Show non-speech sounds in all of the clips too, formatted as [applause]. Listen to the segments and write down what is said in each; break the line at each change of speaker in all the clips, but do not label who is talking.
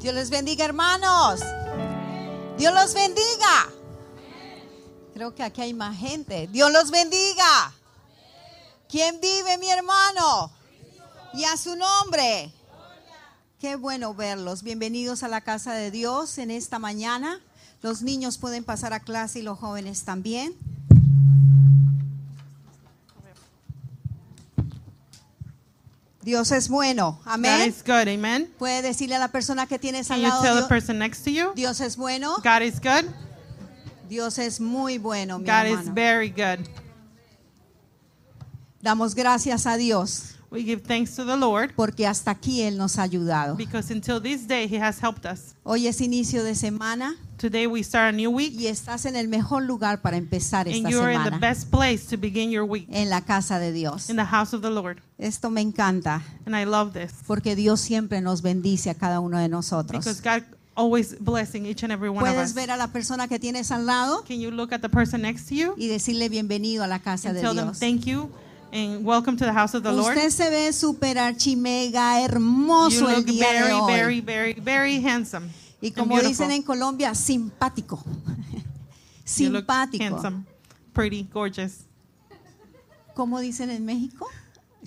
Dios les bendiga, hermanos. Dios los bendiga. Creo que aquí hay más gente. Dios los bendiga. ¿Quién vive, mi hermano? Y a su nombre. Qué bueno verlos. Bienvenidos a la casa de Dios en esta mañana. Los niños pueden pasar a clase y los jóvenes también. Dios es bueno.
God
Amén.
is good. Amen.
Puede decirle a la persona que tienes
Can
al
you
lado
tell the
Dios,
person next to you?
Dios es bueno.
God is good.
Dios es muy bueno, Oh, mi
God is
hermano.
very good.
Damos gracias a Dios
We give thanks to the Lord
porque hasta aquí Él nos ha ayudado.
because until this day He has helped us.
Hoy es inicio de semana
Today we start a new week
y estás en el mejor lugar para empezar
and
esta
you're in the
semana,
best place to begin your week
en la casa de Dios.
in the house of the Lord.
Esto me encanta
And I love this
porque Dios siempre nos bendice a cada uno de
because
nosotros.
God always blessing each and every one of
Puedes
us.
ver a la persona que tienes al lado
Can you look at the person next to you
y decirle bienvenido a la casa
and
de
tell them
Dios.
thank you and welcome to the house of the Lord?
Usted se ve super archimega
You
hermoso el
look
día de
very, very,
hoy.
very, very handsome.
Y
and
como
beautiful.
dicen en Colombia,
[laughs]
simpático.
You look
Simpático.
handsome, pretty, gorgeous. [laughs]
¿Cómo dicen en México?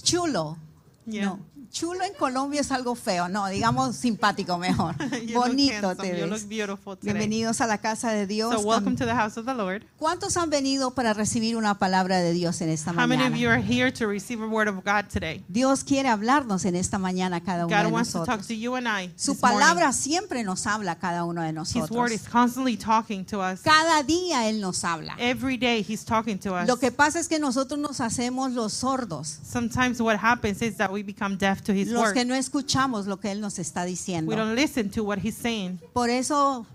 Chulo.
Yeah.
No, chulo en Colombia es algo feo. No, digamos simpático mejor.
[laughs] You look
Bonito
handsome.
te
You
ves.
look beautiful today.
Bienvenidos a la casa de Dios.
So welcome to the house of the Lord.
¿Cuántos han venido para recibir una palabra de Dios en esta
How many of you
mañana?
are here to receive a word of God today?
Dios quiere hablarnos en esta mañana a cada uno de
God wants to talk
nosotros.
to you and I.
Su
this morning.
palabra siempre nos habla a cada uno de
His word
nosotros.
is constantly talking to us.
Cada día Él nos habla.
Every day He's talking to us.
Lo que pasa es que nosotros nos hacemos los sordos,
Sometimes what happens is that we become deaf to His
los
word.
que no escuchamos lo que Él nos está diciendo.
We don't listen to what He's saying.
Por eso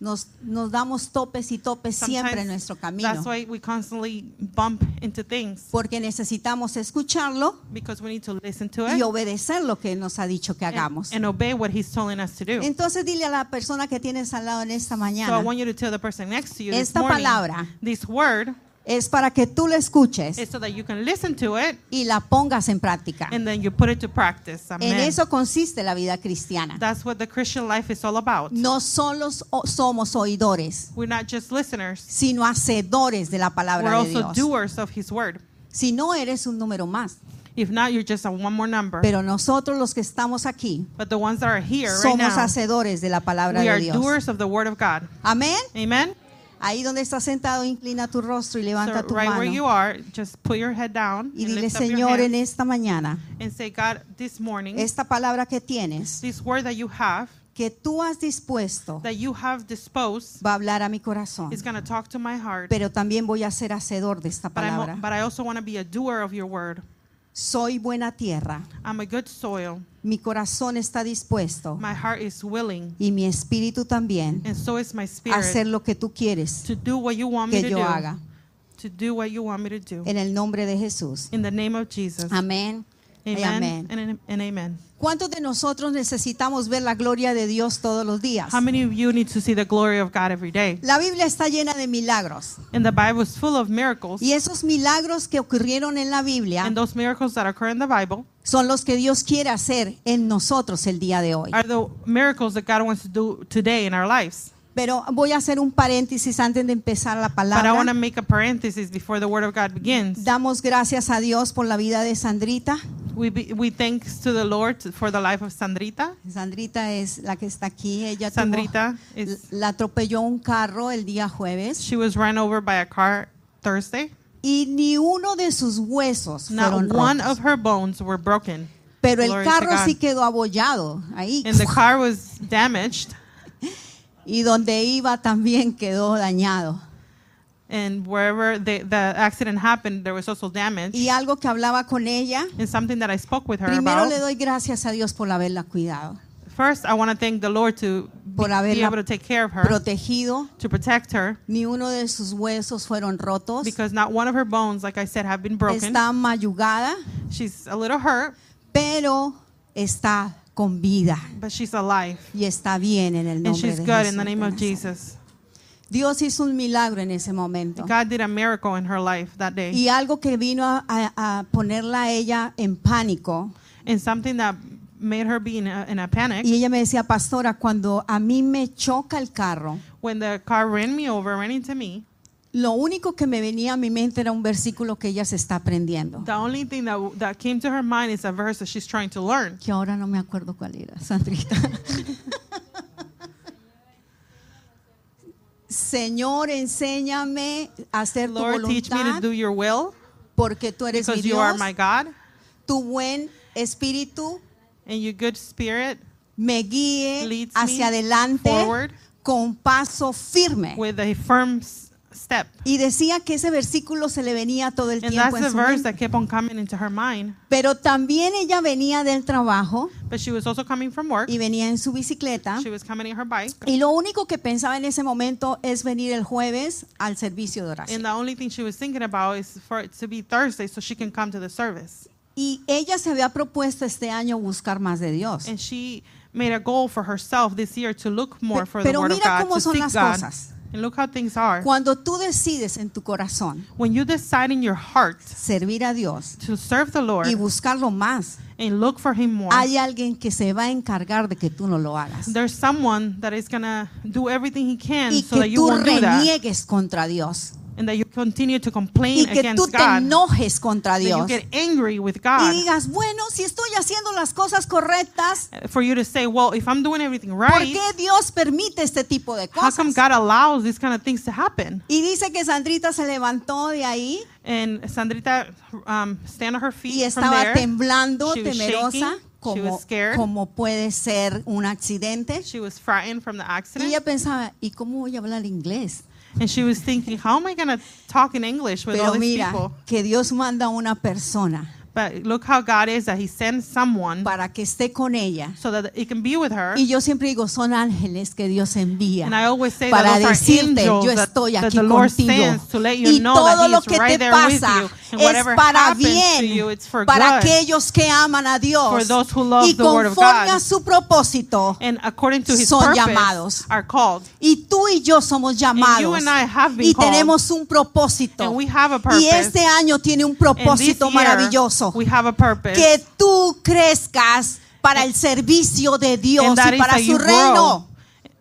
nos, nos damos topes y topes siempre en nuestro camino,
that's why we constantly bump into things
porque necesitamos escucharlo
because we need to listen to it
y obedecer lo que nos ha dicho que
and,
hagamos.
and obey what He's telling us to do.
Entonces dile a la persona que tienes al lado en esta
So I
mañana,
want you to tell the person next to you this
Esta
morning,
palabra.
this word
es para que tú la escuches
is so that you can listen to it
y la pongas en práctica.
and then you put it to practice.
En
Amen.
eso consiste la vida cristiana.
That's what the Christian life is all about.
No solo so- somos oidores,
We're not just listeners.
sino hacedores de la
We're
palabra de
also
Dios.
doers of His word.
Si no eres un número más,
If not, you're just a one more number.
pero nosotros los que estamos aquí
But the ones that are here right
somos
now,
hacedores de la palabra
we
de
are
Dios.
doers of the word of God.
Amén.
Amen.
Ahí donde estás sentado, inclina tu rostro y levanta
So
tu
right where you
mano
are, just put your head down
y
and
dile,
lift up your
Señor, en
hand
esta mañana,
and say, God, this morning,
esta palabra que tienes,
this word that you have,
que tú has dispuesto,
that you have disposed,
va a hablar a mi corazón,
is going to talk to my heart.
pero también voy a ser hacedor de esta
But, I'm,
palabra.
but I also want to be a doer of your word.
Soy buena tierra,
I'm a good soil.
mi corazón está dispuesto
My heart is willing,
y mi espíritu también
and so is my
a
spirit
hacer lo que tú quieres
to do what you want me
que
to
yo
do.
haga.
To do what you want me to do.
En el nombre de Jesús.
In the name of Jesus.
Amén. y
Amen.
Amén.
And, and amen.
¿Cuántos de nosotros necesitamos ver la gloria de Dios todos los días?
How many of you need to see the glory of God every day?
La Biblia está llena de milagros.
And the Bible is full of miracles.
Y esos milagros que ocurrieron en la Biblia
And those miracles that occur in the Bible
son los que Dios quiere hacer en nosotros el día de hoy.
are the miracles that God wants to do today in our lives.
Pero voy a hacer un paréntesis antes de empezar la
But I want to
palabra.
make a parenthesis before the Word of God begins.
Damos gracias a Dios por la vida de Sandrita.
We, be, we thanks to the Lord for the life of Sandrita.
Sandrita es la que está aquí. Ella tuvo-
Sandrita is
la atropelló un carro el día jueves
she was run over by a car Thursday.
y ni uno de sus huesos
Not
fueron
one
rotos.
of her bones were broken.
Pero el
Glory to
carro
God.
sí quedó abollado ahí.
And the car was damaged,
Y donde iba también quedó dañado.
and wherever the, the accident happened, there was also damage.
Y algo que hablaba con ella,
And something that I spoke with her
primero
about.
le doy gracias a Dios por haberla cuidado,
First, I want to thank the Lord to
por
be able
haberla
to take care of her,
protegido.
to protect her,
Ni uno de sus huesos fueron rotos.
because not one of her bones, like I said, have been broken.
Está mayugada,
She's a little hurt,
pero está con vida
but she's alive,
y está bien en el
and
nombre
she's
de
good
Jesús
in the
de
name of
Nazaret.
Jesus.
Dios hizo un milagro en ese momento.
God did a miracle in her life that day.
Y algo que vino a, a- a ponerla a ella en pánico
And something that made her be in a, in a panic.
Y ella me decía, pastora, cuando a mí me choca el carro,
When the car ran me over, ran into me,
lo único que me venía a mi mente era un versículo que ella se está aprendiendo.
the only thing that, that came to her mind is a verse that she's trying to learn.
Que ahora no me acuerdo cuál era, [laughs] Sandrita. Señor, enséñame a hacer tu
Lord, teach me to
voluntad,
do your will
porque tú eres mi
because you are
Dios.
my God
Tu buen espíritu
and your good spirit
me guíe
Leads me
hacia adelante
forward.
con paso firme.
with a firm s- step.
Y decía que ese versículo se le venía todo el
And
tiempo.
that's
en
the
su
verse
mente.
that kept on coming into her mind.
Pero también ella venía del trabajo
But she was also coming from work.
y venía en su bicicleta.
She was coming in her bike.
Y lo único que pensaba en ese momento es venir el jueves al servicio de oración.
And the only thing she was thinking about is for it to be Thursday so she can come to the service.
Y ella se había propuesto este año buscar más de Dios.
And she made a goal for herself this year to look more
Pe-
for
pero
the Word of
mira
God.
cómo
to
son
seek
las
God.
cosas.
And look how things are.
Cuando tú decides en tu corazón
When you decide in your heart
servir a Dios
to serve the Lord
y buscarlo más,
and look for Him more,
hay alguien que se va a encargar de que tú no lo hagas.
there's someone that is going to do everything he can
Y
so that
que
you
tú
won't do that
reniegues contra Dios.
and that you continue to
Y
complain
que tú
against
te
God.
enojes contra
that you
Dios.
get angry with
Y
God
digas, bueno, si estoy haciendo las cosas correctas,
for you to say, well, if I'm doing everything
¿por
right,
qué Dios permite este tipo de
how come
cosas?
God allows these kind of things to happen?
Y dice que Sandrita se levantó de ahí
And Sandrita um, stand on her
y
feet from
estaba
there.
temblando,
She was
temerosa,
shaking. She
como,
was scared.
como puede ser un accidente.
She was frightened from the
Y
accident,
ella pensaba, ¿y cómo voy a hablar inglés?
and she was thinking, "How am I going to talk in English with
Pero
all these
mira,
people?"
que Dios manda a una persona
But look how God is that He sends someone
para que esté con ella.
so that it can be with her.
Y yo siempre digo, son ángeles que Dios envía
And I always say that
para
those are
decirte,
angels
yo
that-
estoy
that
aquí
the Lord
contigo.
sends to let you
Y
know that
todo
He
lo
is
que te
right there with
pasa
you. And
es
whatever
para
happens to you,
bien,
it's for
para
good.
aquellos que aman a Dios
For those who love
y
the word of
conforme
God.
a su propósito.
and according to His
son
purpose,
llamados.
are called.
Y tú y yo somos llamados.
and I have been
Y
called.
tenemos un propósito.
And we have a
Y
purpose.
este año tiene un
And this
propósito
year,
maravilloso.
we have a purpose.
Que tú crezcas para el servicio de Dios
and that
y
is
para
that
su
you
reino.
grow.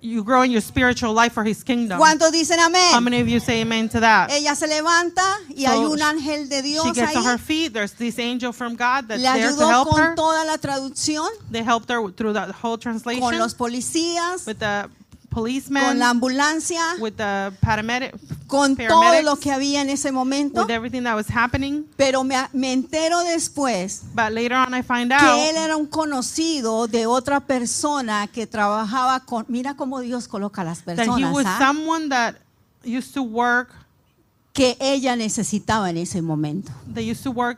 You grow in your spiritual life for His kingdom.
¿Cuántos dicen
How
amén?
many of you say amen to that?
Ella se levanta y
So
hay un
she-
ángel de Dios
she gets on
ahí.
her feet. There's this angel from God that's
Le
there to
ayudó
help
con
her.
toda la traducción,
They helped her through that whole
con
translation
los policías,
with the policeman,
con la ambulancia,
with the paramedic,
con todo
paramedics,
lo que había en ese momento.
with everything that was happening.
Pero me, me entero después
But later on, I find
que él
out
era un conocido de otra persona que trabajaba con mira cómo Dios coloca a las
that he
personas
was
¿ah?
someone that used to work.
que ella necesitaba en ese momento
They used to work.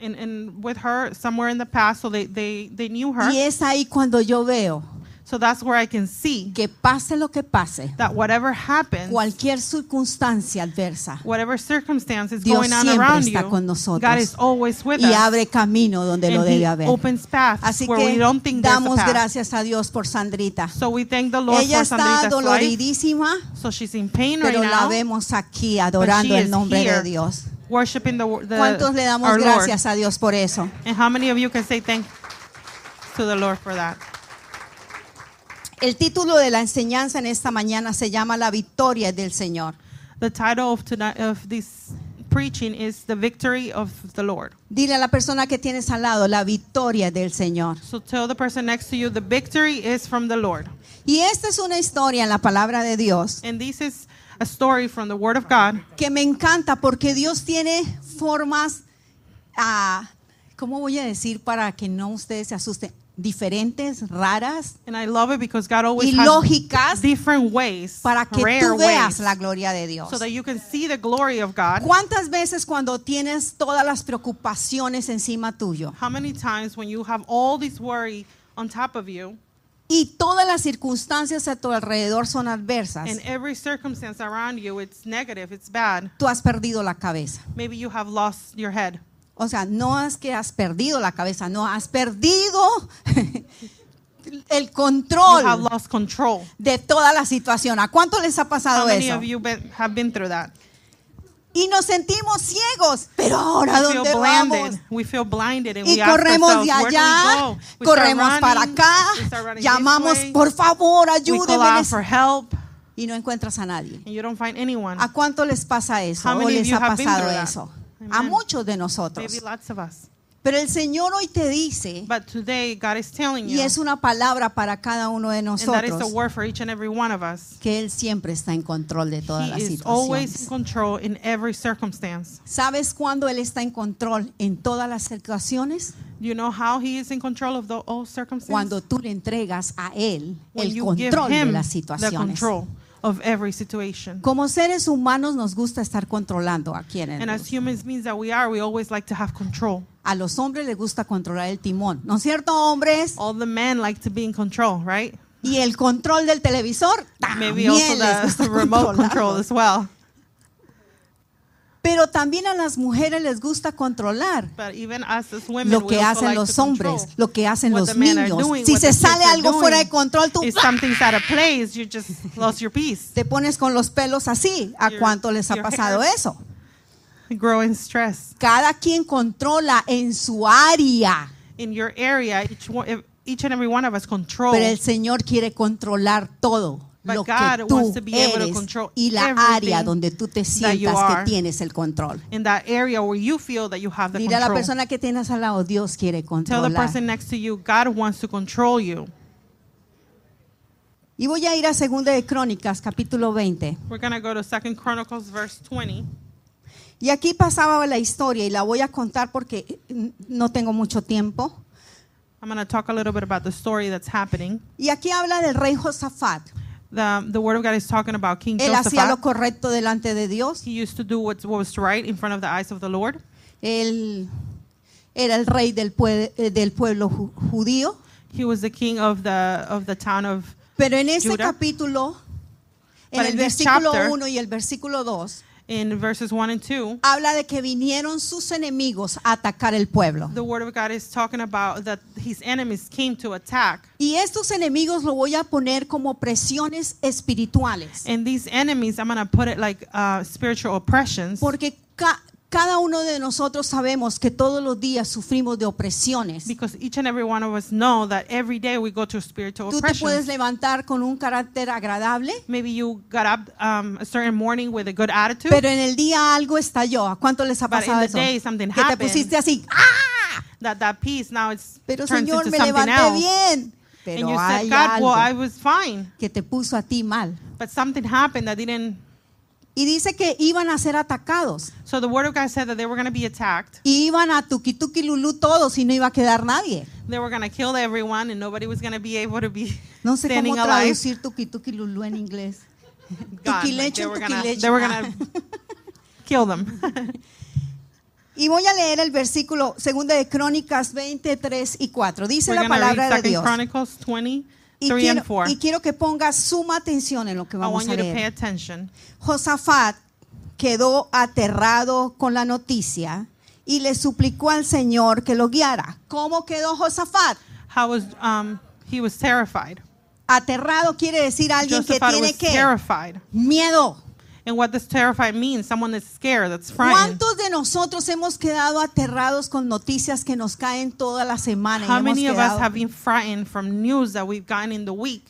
In, in, with her somewhere in the past, so they, they, they knew her.
y es ahí cuando yo veo
So that's where I can see
que pase lo que pase
that whatever happens,
cualquier circunstancia adversa
whatever circumstances
Dios
going on
siempre
around
está
you,
con nosotros.
God is always with
y
us.
abre camino donde
and
lo
he
debe haber
opens paths
así
where we
que
don't think there's a
damos
path.
gracias a Dios por Sandrita
So we thank the Lord
ella
for
está
Sandrita's life.
doloridísima
So she's in pain right
pero la
now,
vemos aquí adorando
she
el
is
nombre de
here.
Dios
worshiping the, the
¿Cuántos le damos
our
gracias a Dios por eso?
Lord. And how many of you can say thank to the Lord for that?
El título de la enseñanza en esta mañana se llama La victoria es del Señor.
The title of tonight of this preaching is the victory of the Lord.
Dile a la persona que tienes al lado, la victoria es del Señor.
So tell the person next to you, the victory is from the Lord.
Y esta es una historia en la palabra de Dios
And this is a story from the Word of God.
que me encanta porque Dios tiene formas, ah, ¿cómo voy a decir para que no ustedes se asusten? Diferentes, raras,
And I love it because God always
y
has
lógicas
different ways,
para que
rare
tú veas
ways,
la gloria de Dios.
so that you can see the glory of God.
¿Cuántas veces cuando tienes todas las preocupaciones encima tuyo?
How many times when you have all this worry on top of you
y todas las circunstancias a tu alrededor son adversas,
and every circumstance around you, it's negative, it's bad.
tú has perdido la cabeza.
Maybe you have lost your head.
O sea, no es que has perdido la cabeza, no, has perdido [laughs] el
You have
control
lost control.
de toda la situación. ¿A cuánto les ha
How
pasado
many
eso?
of you been, have been through that?
Y nos sentimos ciegos, pero ahora
We feel
dónde vamos?
blinded. We feel blinded and
Y
we ask
corremos de
ourselves, where do we
allá,
go? We start
corremos para
running,
acá,
we start running this
llamamos,
way,
por favor,
we call out
ayúdenme.
for help,
Y no encuentras a nadie.
and you don't find anyone.
¿A cuánto les pasa eso?
How
¿O
many of
les
you
ha
have been
pasado
through that?
eso? A
Amen.
muchos de nosotros.
Maybe lots of us.
Pero el Señor hoy te dice,
But today, God is telling you,
y es una palabra para cada uno de
and that is the
nosotros,
word for each and every one of us.
que Él siempre está en control de todas las
He is always in
situaciones.
control in every circumstance.
¿Sabes cuándo Él está en control en todas las situaciones?
You know how he is in control of the, all circumstances?
Cuando tú le entregas a Él
When
el
you
control
give him
de las
the
situaciones.
control of every situation.
Como seres humanos nos gusta estar controlando a quienes.
And as humans means that we are, we always like to have control.
A los hombres les gusta controlar el timón, ¿no es cierto, hombres?
All the men like to be in control, right?
Y el control del televisor también
Maybe also
les
[laughs]
gusta
the remote
controlarlo.
control as well.
Pero también a las mujeres les gusta controlar
But even us as women,
lo
we
que
also
hacen
like
los
to
hombres,
control
lo que hacen
what
los
the men are
niños.
doing,
si
what
se
the
sale
kids are
algo fuera de
doing.
control, tú
If
¡ah!
something's out of place, you just [laughs] lost your peace.
te pones con los pelos así. ¿A
Your-
cuánto les ha
your
pasado
hair.
eso?
Growing stress
Cada quien controla en su área,
in your area. Each one, each and every one of us control.
pero el Señor quiere controlar todo.
But
Lo que
God
tú
wants to be able to
eres
control
y la
everything
área donde tú te
that you
sientas que
are.
tienes el control.
in that area where you feel that you have the
Mira a la
control.
persona que tienes al lado, Dios quiere
Tell the
controlar.
person next to you, God wants to control you.
Y voy a ir a Segunda de Crónicas, capítulo 20.
We're gonna go to Second Chronicles verse 20.
Y aquí pasaba la historia y la voy a contar porque eh, no tengo mucho tiempo.
I'm gonna talk a little bit about the story that's happening.
Y aquí habla del rey Josafat.
The the word of God is talking about King
Él hacía lo
Joseph.
correcto delante de Dios.
He used to do what, what was right in front of the eyes of the Lord.
Él era el rey del, pue- eh, del pueblo ju- judío.
He was the king of the of the town of.
Pero en ese
Judah.
capítulo, en
But
el
in this
versículo
chapter-
1 y el versículo 2,
In verses one and two,
habla de que vinieron sus enemigos a atacar el pueblo.
the word of God is talking about that his enemies came to attack,
Y estos enemigos lo voy a poner como presiones espirituales.
and these enemies, I'm gonna put it like uh, spiritual oppressions.
Porque ca- cada uno de nosotros sabemos que todos los días sufrimos de opresiones.
Because each and every one of us know that every day we go through spiritual
Tú te puedes
oppression.
levantar con un carácter agradable,
Maybe you got up um, a certain morning with a good attitude,
pero en el día algo estalló. ¿A cuánto les ha
But in
pasado
the
eso?
day something
que te
happened.
pusiste así, ¡ah!
that that peace now it's
Pero
turns
Señor,
into
me
something
levanté
else.
bien.
and
Pero
you said,
hay
God,
algo
well, I was fine,
que te puso a ti mal.
but something happened that didn't.
Y dice que iban a ser atacados.
So the word of God said that they were going to be attacked.
Y iban a tuki tuki lulú todos y no iba a quedar nadie.
They were going to kill everyone, and nobody was going to be able to be
No sé
standing
cómo
alive.
traducir tuki tuki lulú en inglés.
Gone. Like,
tuquilecho,
they were gonna-
tuquilecho.
they
[laughs]
were going to kill them.
Y voy a leer el versículo segunda de Crónicas 23 y 4. Dice
we're
la
going to read
palabra de
Second
Dios.
Chronicles 20,
Y
3
quiero,
and 4.
y quiero que pongas suma atención en lo que
I
vamos
want
a
you to pay
leer.
attention.
Josafat quedó aterrado con la noticia y le suplicó al Señor que lo guiara. ¿Cómo quedó Josafat?
How was um, he was terrified.
Aterrado quiere decir alguien que
Joseph
tiene
was
que
terrified.
miedo.
And what does terrified mean? Someone that's scared, that's frightened.
¿Cuántos de nosotros hemos quedado aterrados con noticias que nos caen toda la semana? y
How
hemos
many of us
quedado-
have been frightened from news that we've gotten in the week?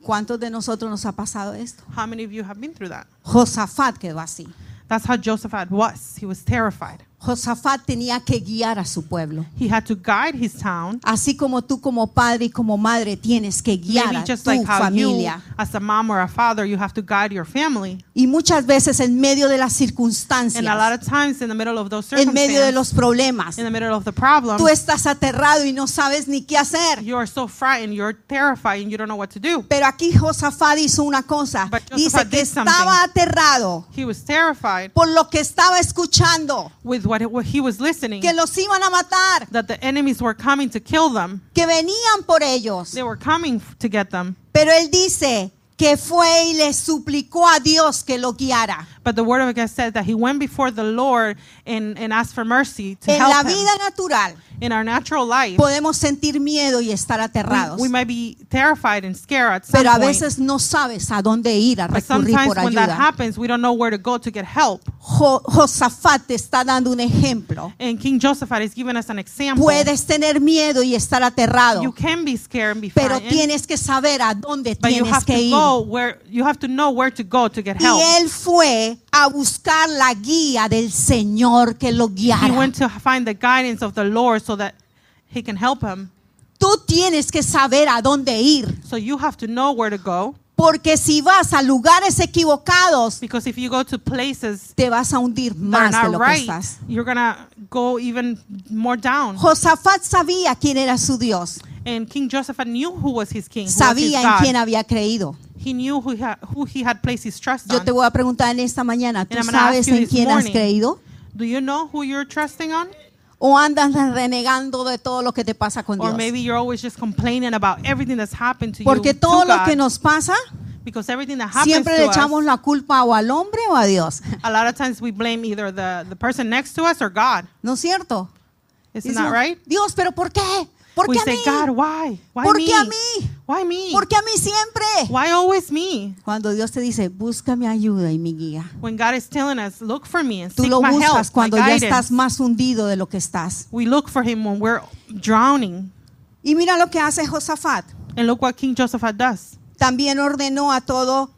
¿Cuántos de nosotros nos ha pasado esto?
How many of you have been through that?
Josafat quedó así.
That's how Josephat was. He was terrified.
Josafat tenía que guiar a su pueblo.
He had to guide his town.
Así como tú como padre y como madre tienes que guiar
Maybe
a tu
just like how
familia.
you, as a mom or a father, you have to guide your family.
Y muchas veces en medio de las circunstancias,
And a lot of times, in the middle of those
en medio de
circumstances,
los problemas,
in the middle of the problem,
tú estás aterrado y no sabes ni qué hacer.
you are so frightened, you're terrified, and you don't know what to do.
Pero aquí Josafat hizo una cosa.
But Josafat
Dice que
did something.
estaba aterrado
He was terrified
por lo que estaba escuchando,
with what, what he was listening,
que los iban a matar,
that the enemies were coming to kill them.
que venían por ellos.
They were coming f- to get them.
Pero él dice que fue y le suplicó a Dios que lo guiara.
But the word of God says that he went before the Lord and, and asked for mercy to
En
help
la
him.
vida natural
In our natural life,
podemos sentir miedo y estar aterrados,
we, we might be terrified and scared at some
pero a
point.
veces no sabes a dónde ir a
but
recurrir
sometimes
por
when that
ayuda.
happens, we don't know where to go to get help.
Jo- Josafat te está dando un ejemplo.
And King Josaphat is giving us an example.
Puedes tener miedo y estar aterrado,
you can be scared and be
pero
frightened,
tienes que saber a dónde
but you
tienes
have to
que ir.
go where you have to know where to go to get help.
Y él fue a buscar la guía del Señor que lo
He
guiara.
went to find the guidance of the Lord so that he can help him.
Tú tienes que saber a dónde ir,
So you have to know where to go
porque si vas a lugares equivocados,
because if you go to places
te vas a hundir
that
más
are
de
not
lo que
right,
estás.
you're gonna go even more down.
Josafat sabía quién era su Dios,
And King Joseph knew who was his king, who was his
sabía en
God.
quién había creído.
He knew who he, had, who he had placed his trust
Yo
on.
te voy a preguntar en esta mañana, ¿tú
And I'm gonna
sabes
ask you
en
this
quién has
morning.
creído?
Do you know who you're trusting on?
¿O andas renegando de todo lo que te pasa con
Or
Dios?
maybe you're always just complaining about everything that's happened to you.
Porque
to
todo lo
God.
que nos pasa,
because everything that happens
siempre le
to
echamos
us,
la culpa o al hombre o a Dios.
a lot of times we blame either the, the person next to us or God.
¿No es cierto?
Isn't
Decimos,
that right?
Dios, pero ¿por qué? ¿Por
we
qué a
say, God,
mí?
why? Why
¿Por
me?
qué a mí?
Why me?
¿Por qué a mí siempre?
Why always me?
Cuando Dios te dice, búscame ayuda y mi guía.
When God is telling us, look for me and
Tú
seek
lo
my help,
buscas cuando
my
ya
guidance.
estás más hundido de lo que estás.
We look for him when we're drowning.
Y mira lo que hace Josafat.
And look what King Josephat does.
También ordenó a todo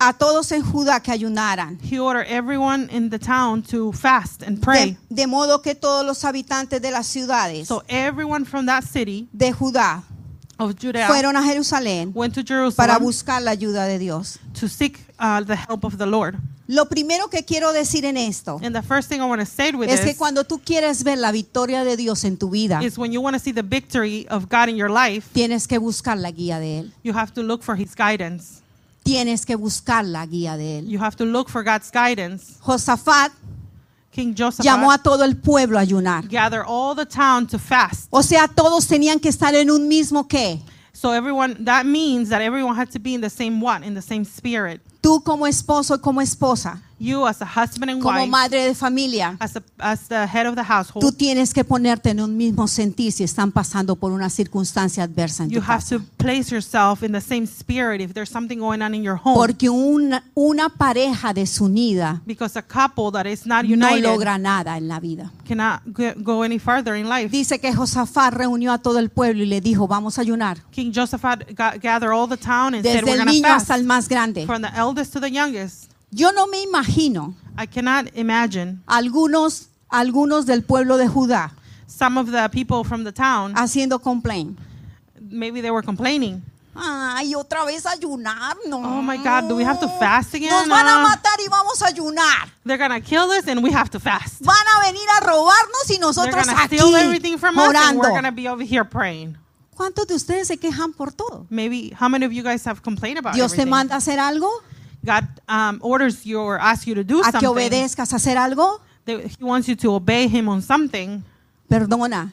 a todos en Judá que ayunaran.
He ordered everyone in the town to fast and pray.
De, de modo que todos los habitantes de las ciudades
So everyone from that city
de Judá
of Judea
fueron a Jerusalén
went to
para
Jerusalem
buscar la ayuda de Dios.
to seek uh, the help of the Lord.
Lo primero que quiero decir en esto
And the first thing I want to say with
es que
this
cuando tú quieres ver la victoria de Dios en tu vida,
is when you want to see the victory of God in your life,
tienes que buscar la guía de Él.
you have to look for his guidance.
Tienes que buscar la guía de Él.
You have to look for God's guidance.
Josafat
King Joseph
llamó a todo el pueblo a ayunar.
gathered all the town to fast.
O sea, todos tenían que estar en un mismo qué.
So everyone that means that everyone had to be in the same what? In the same spirit.
Tú como esposo y como esposa,
You as a husband and
como
wife,
madre de familia,
as a, as the head of the
tú
household,
tienes que ponerte en un mismo sentir si están pasando por una circunstancia adversa en
you
tu
have
casa.
to place yourself in the same spirit if there's something going on in your home.
Porque una, una pareja desunida
because a couple that is not
no
united
logra nada en la vida.
cannot g- go any further in life.
Dice que Josafat reunió a todo el pueblo y le dijo, vamos a ayunar.
King Josaphat got, gathered all the town and
Desde
said, "We're
el
going to
niño
fast
hasta el más grande.
from the eldest to the youngest."
Yo no me imagino
I cannot imagine
algunos, algunos del pueblo de Judá
some of the people from the town.
haciendo complaint.
Maybe they were complaining.
Ay, otra vez ayunar, no.
Oh my God, do we have to fast again? Ah.
Nos van a
No.
matar y vamos a ayunar.
They're gonna kill us, and we have to fast.
Van a venir a robarnos y
They're
nosotros
gonna
aquí
steal everything from us, and
orando.
we're gonna be over here praying.
¿Cuántos de ustedes se quejan por todo?
Maybe how many of you guys have complained about
Dios te
everything?
manda a hacer algo,
God um, orders you or asks you to do
a que
something.
obedezcas a hacer algo,
That he wants you to obey Him on something.
perdona.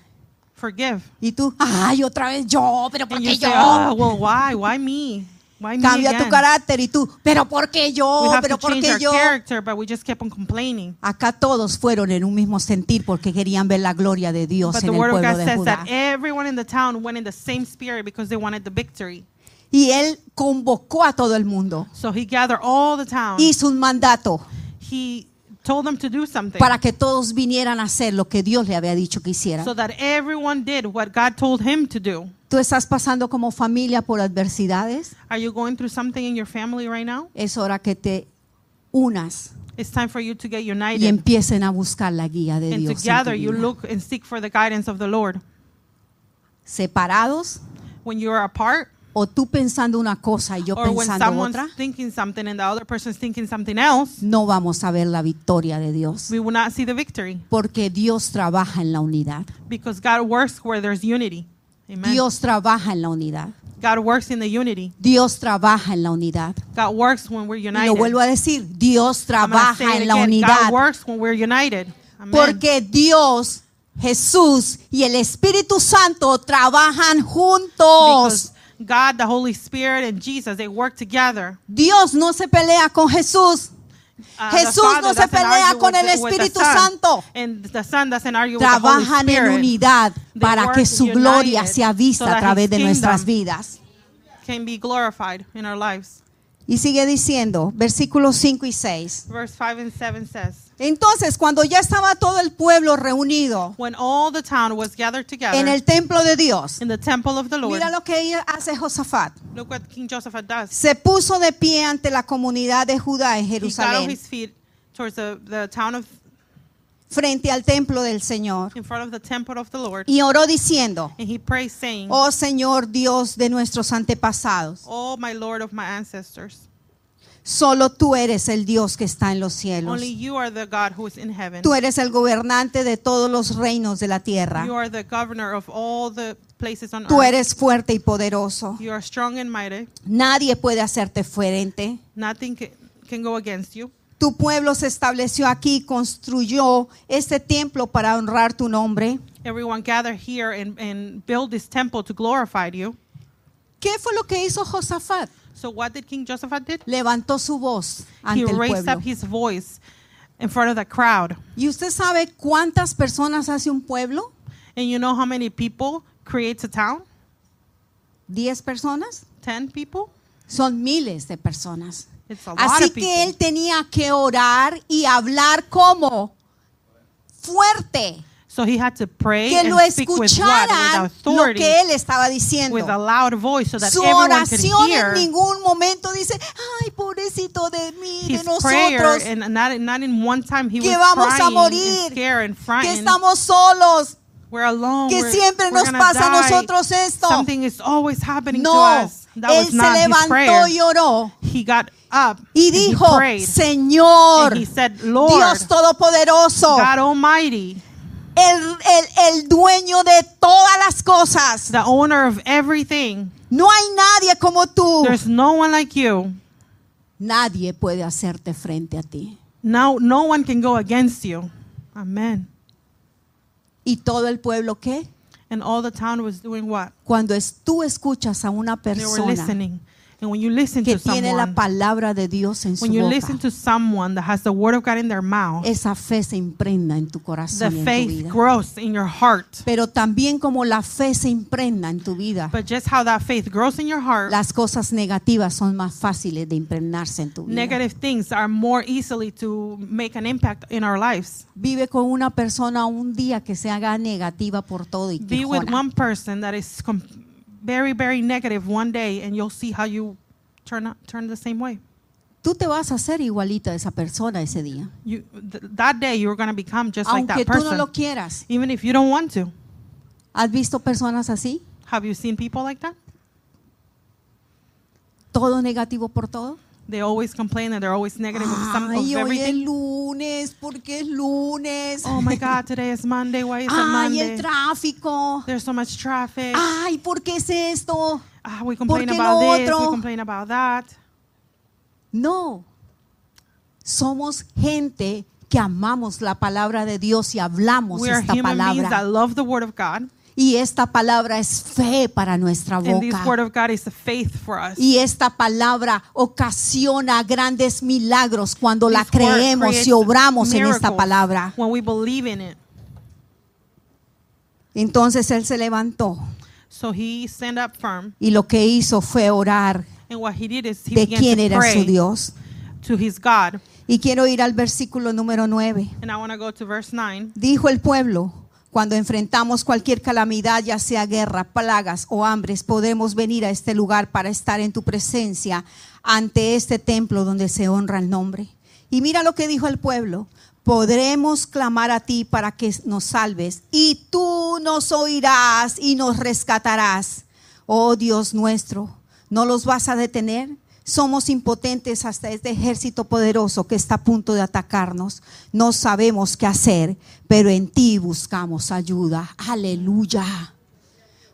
Forgive.
Y tú, ay, otra vez yo, pero ¿por
And you
qué
say,
yo?
"Oh, well, why? Why me? Why me
Cambia tu
again?"
carácter y tú, pero ¿por qué
we
yo?
have
Pero
to
¿por
change
qué
our
yo?
character, but we just kept on complaining.
Acá todos fueron en un mismo sentir porque querían ver la gloria de Dios
But
en
the
el
word of
pueblo
God
de
says
Judá.
that everyone in the town went in the same spirit because they wanted the victory.
Y él convocó a todo el mundo.
So he gathered all the town.
Hizo un mandato
He told them to do something
para que todos vinieran a hacer lo que Dios le había dicho que hicieran.
so that everyone did what God told him to do.
¿Tú estás pasando como familia por adversidades?
Are you going through something in your family right now?
Es hora que te unas
It's time for you to get
y
united
empiecen a buscar la guía de
and
Dios. en tu
together you
vida.
look and seek for the guidance of the Lord.
Separados
When you are apart
o tú pensando una cosa y yo
or when
pensando
someone's
otra,
thinking something and the other person's thinking something else,
no vamos a ver la victoria de Dios.
we will not see the victory.
Porque Dios trabaja en la unidad.
Because God works where there's unity. Amen.
Dios trabaja en la unidad.
God works in the unity.
Dios trabaja en la unidad.
God works when we're
Y
united.
lo vuelvo a decir, Dios
I'm gonna say
trabaja
it
en la
again.
unidad.
God works when we're united. Amen.
Porque Dios, Jesús y el Espíritu Santo trabajan juntos.
Because God, the Holy Spirit, and Jesus, they work together.
Dios no se pelea con Jesús,
Uh, the
Jesús
Father
no se
doesn't
pelea
argue
con
with
el
the- with the
Espíritu
Son,
Santo.
And the Son doesn't argue with the Holy
Trabajan en
Spirit.
unidad
They
para
work
que su
united
gloria sea
so
vista a
that
través
his
de nuestras
kingdom
vidas.
Can be glorified in our lives.
Y sigue diciendo, versículos 5 y 6.
Verse 5 and 7 says,
Entonces, cuando ya estaba todo el pueblo reunido
When all the town was gathered together
en el templo de Dios,
in the temple of the Lord,
mira lo que ella hace Josafat.
look what King Joseph does.
Se puso de pie ante la comunidad de Judá en
He got on
Jerusalén,
his feet towards the, the town of,
frente al templo del Señor,
in front of the temple of the Lord,
y oró diciendo,
and he prays, saying,
oh Señor Dios de nuestros antepasados,
Oh, my Lord of my ancestors,
solo tú eres el Dios que está en los cielos.
only you are the God who is in heaven.
Tú eres el gobernante de todos los reinos de la tierra.
You are the governor of all the places on
Tú
earth.
eres fuerte y poderoso.
You are strong and mighty.
Nadie puede hacerte frente.
Nothing ca- can go against you.
Tu pueblo se estableció aquí, construyó este templo para honrar tu nombre.
Everyone gather here and, and build this temple to glorify you.
¿Qué fue lo que hizo Josafat?
So what did King Joseph did?
Levantó su voz ante
He
el
raised
pueblo.
up his voice in front of the crowd.
¿Y usted sabe cuántas personas hace un pueblo?
And you know how many people creates a town?
¿Diez personas?
Ten people?
Son miles de personas.
It's a lot
Así
of people.
que él tenía que orar y hablar como fuerte,
so he had to pray
que
and
lo
speak with what? With
escucharan lo
authority,
que él estaba diciendo.
with a loud voice so that
Su
everyone could
oración en
hear.
ningún momento dice, ay, pobrecito de mí, de
his prayer
nosotros,
and not, not in one time he
Que
was
vamos a
crying
morir,
and scared and
que
frightened
estamos solos,
we're alone
que
we're,
siempre
we're
nos
gonna
pasa a
die.
nosotros esto.
something is always happening to
No,
us that
él
was
se
not his prayer
levantó y oró
he got up
y
and he
dijo,
prayed
Señor,
and he said Lord
Dios Todopoderoso,
God Almighty
el, el- el dueño de todas las cosas,
the owner of everything
no hay nadie como tú.
there's no one like you
Nadie puede hacerte frente a ti.
no, no one can go against you amen
¿Y todo el pueblo qué?
and all the town was doing what
Cuando es, tú escuchas a una
they were
persona
listening and when you listen
que
to
tiene
someone
la palabra de Dios en su
When you
boca,
listen to someone that has the word of God in their mouth,
esa fe se impregna en tu
the
corazón y en tu
faith
vida.
grows in your heart.
Pero también como la fe se impregna en tu vida,
But just how that faith grows in your heart,
las cosas negativas son más fáciles de impregnarse en tu vida.
negative things are more easily to make an impact in our lives.
Vive con una persona un día que se haga negativa por todo y
Be with
quejona.
one person that is com- very, very negative one day, and you'll see how you turn out, turn the same way.
Tú te vas a hacer igualita a esa persona ese día,
You th- that day you're going to become just like
aunque
that
tú no
person,
lo quieras.
even if you don't want to.
¿Has visto personas así?
Have you seen people like that?
Todo negativo por todo.
They always complain and they're always negative of, some, of
Ay, hoy es
everything.
lunes, porque es lunes.
Oh my God, today is Monday. Why is it
Ay,
Monday?
el tráfico.
There's so much traffic.
Ay, ¿por qué es esto?
Ah, we complain
¿por qué
about
lo
this, we
otro?
complain about that.
No. Somos gente que amamos la palabra de Dios y hablamos
We are
esta
human beings that
palabra.
love the Word of God.
Y esta palabra es fe para nuestra
And this Word
boca.
of God is the faith for us.
Y esta palabra ocasiona grandes milagros cuando la
This word
creemos
creates
y obramos en
miracles
esta palabra.
When we believe in it.
Entonces él se levantó
So he stand up firm.
y lo que hizo fue orar
And what he did is he
de
began
quién
to
era
pray
su Dios.
to his God.
Y quiero ir al versículo número 9.
And I want to go to verse 9.
Dijo el pueblo, cuando enfrentamos cualquier calamidad, ya sea guerra, plagas o hambres, podemos venir a este lugar para estar en tu presencia ante este templo donde se honra el nombre. Y mira lo que dijo el pueblo, podremos clamar a ti para que nos salves y tú nos oirás y nos rescatarás. Oh Dios nuestro, ¿no los vas a detener? Somos impotentes hasta este ejército poderoso que está a punto de atacarnos. No sabemos qué hacer, pero en ti buscamos ayuda. Aleluya.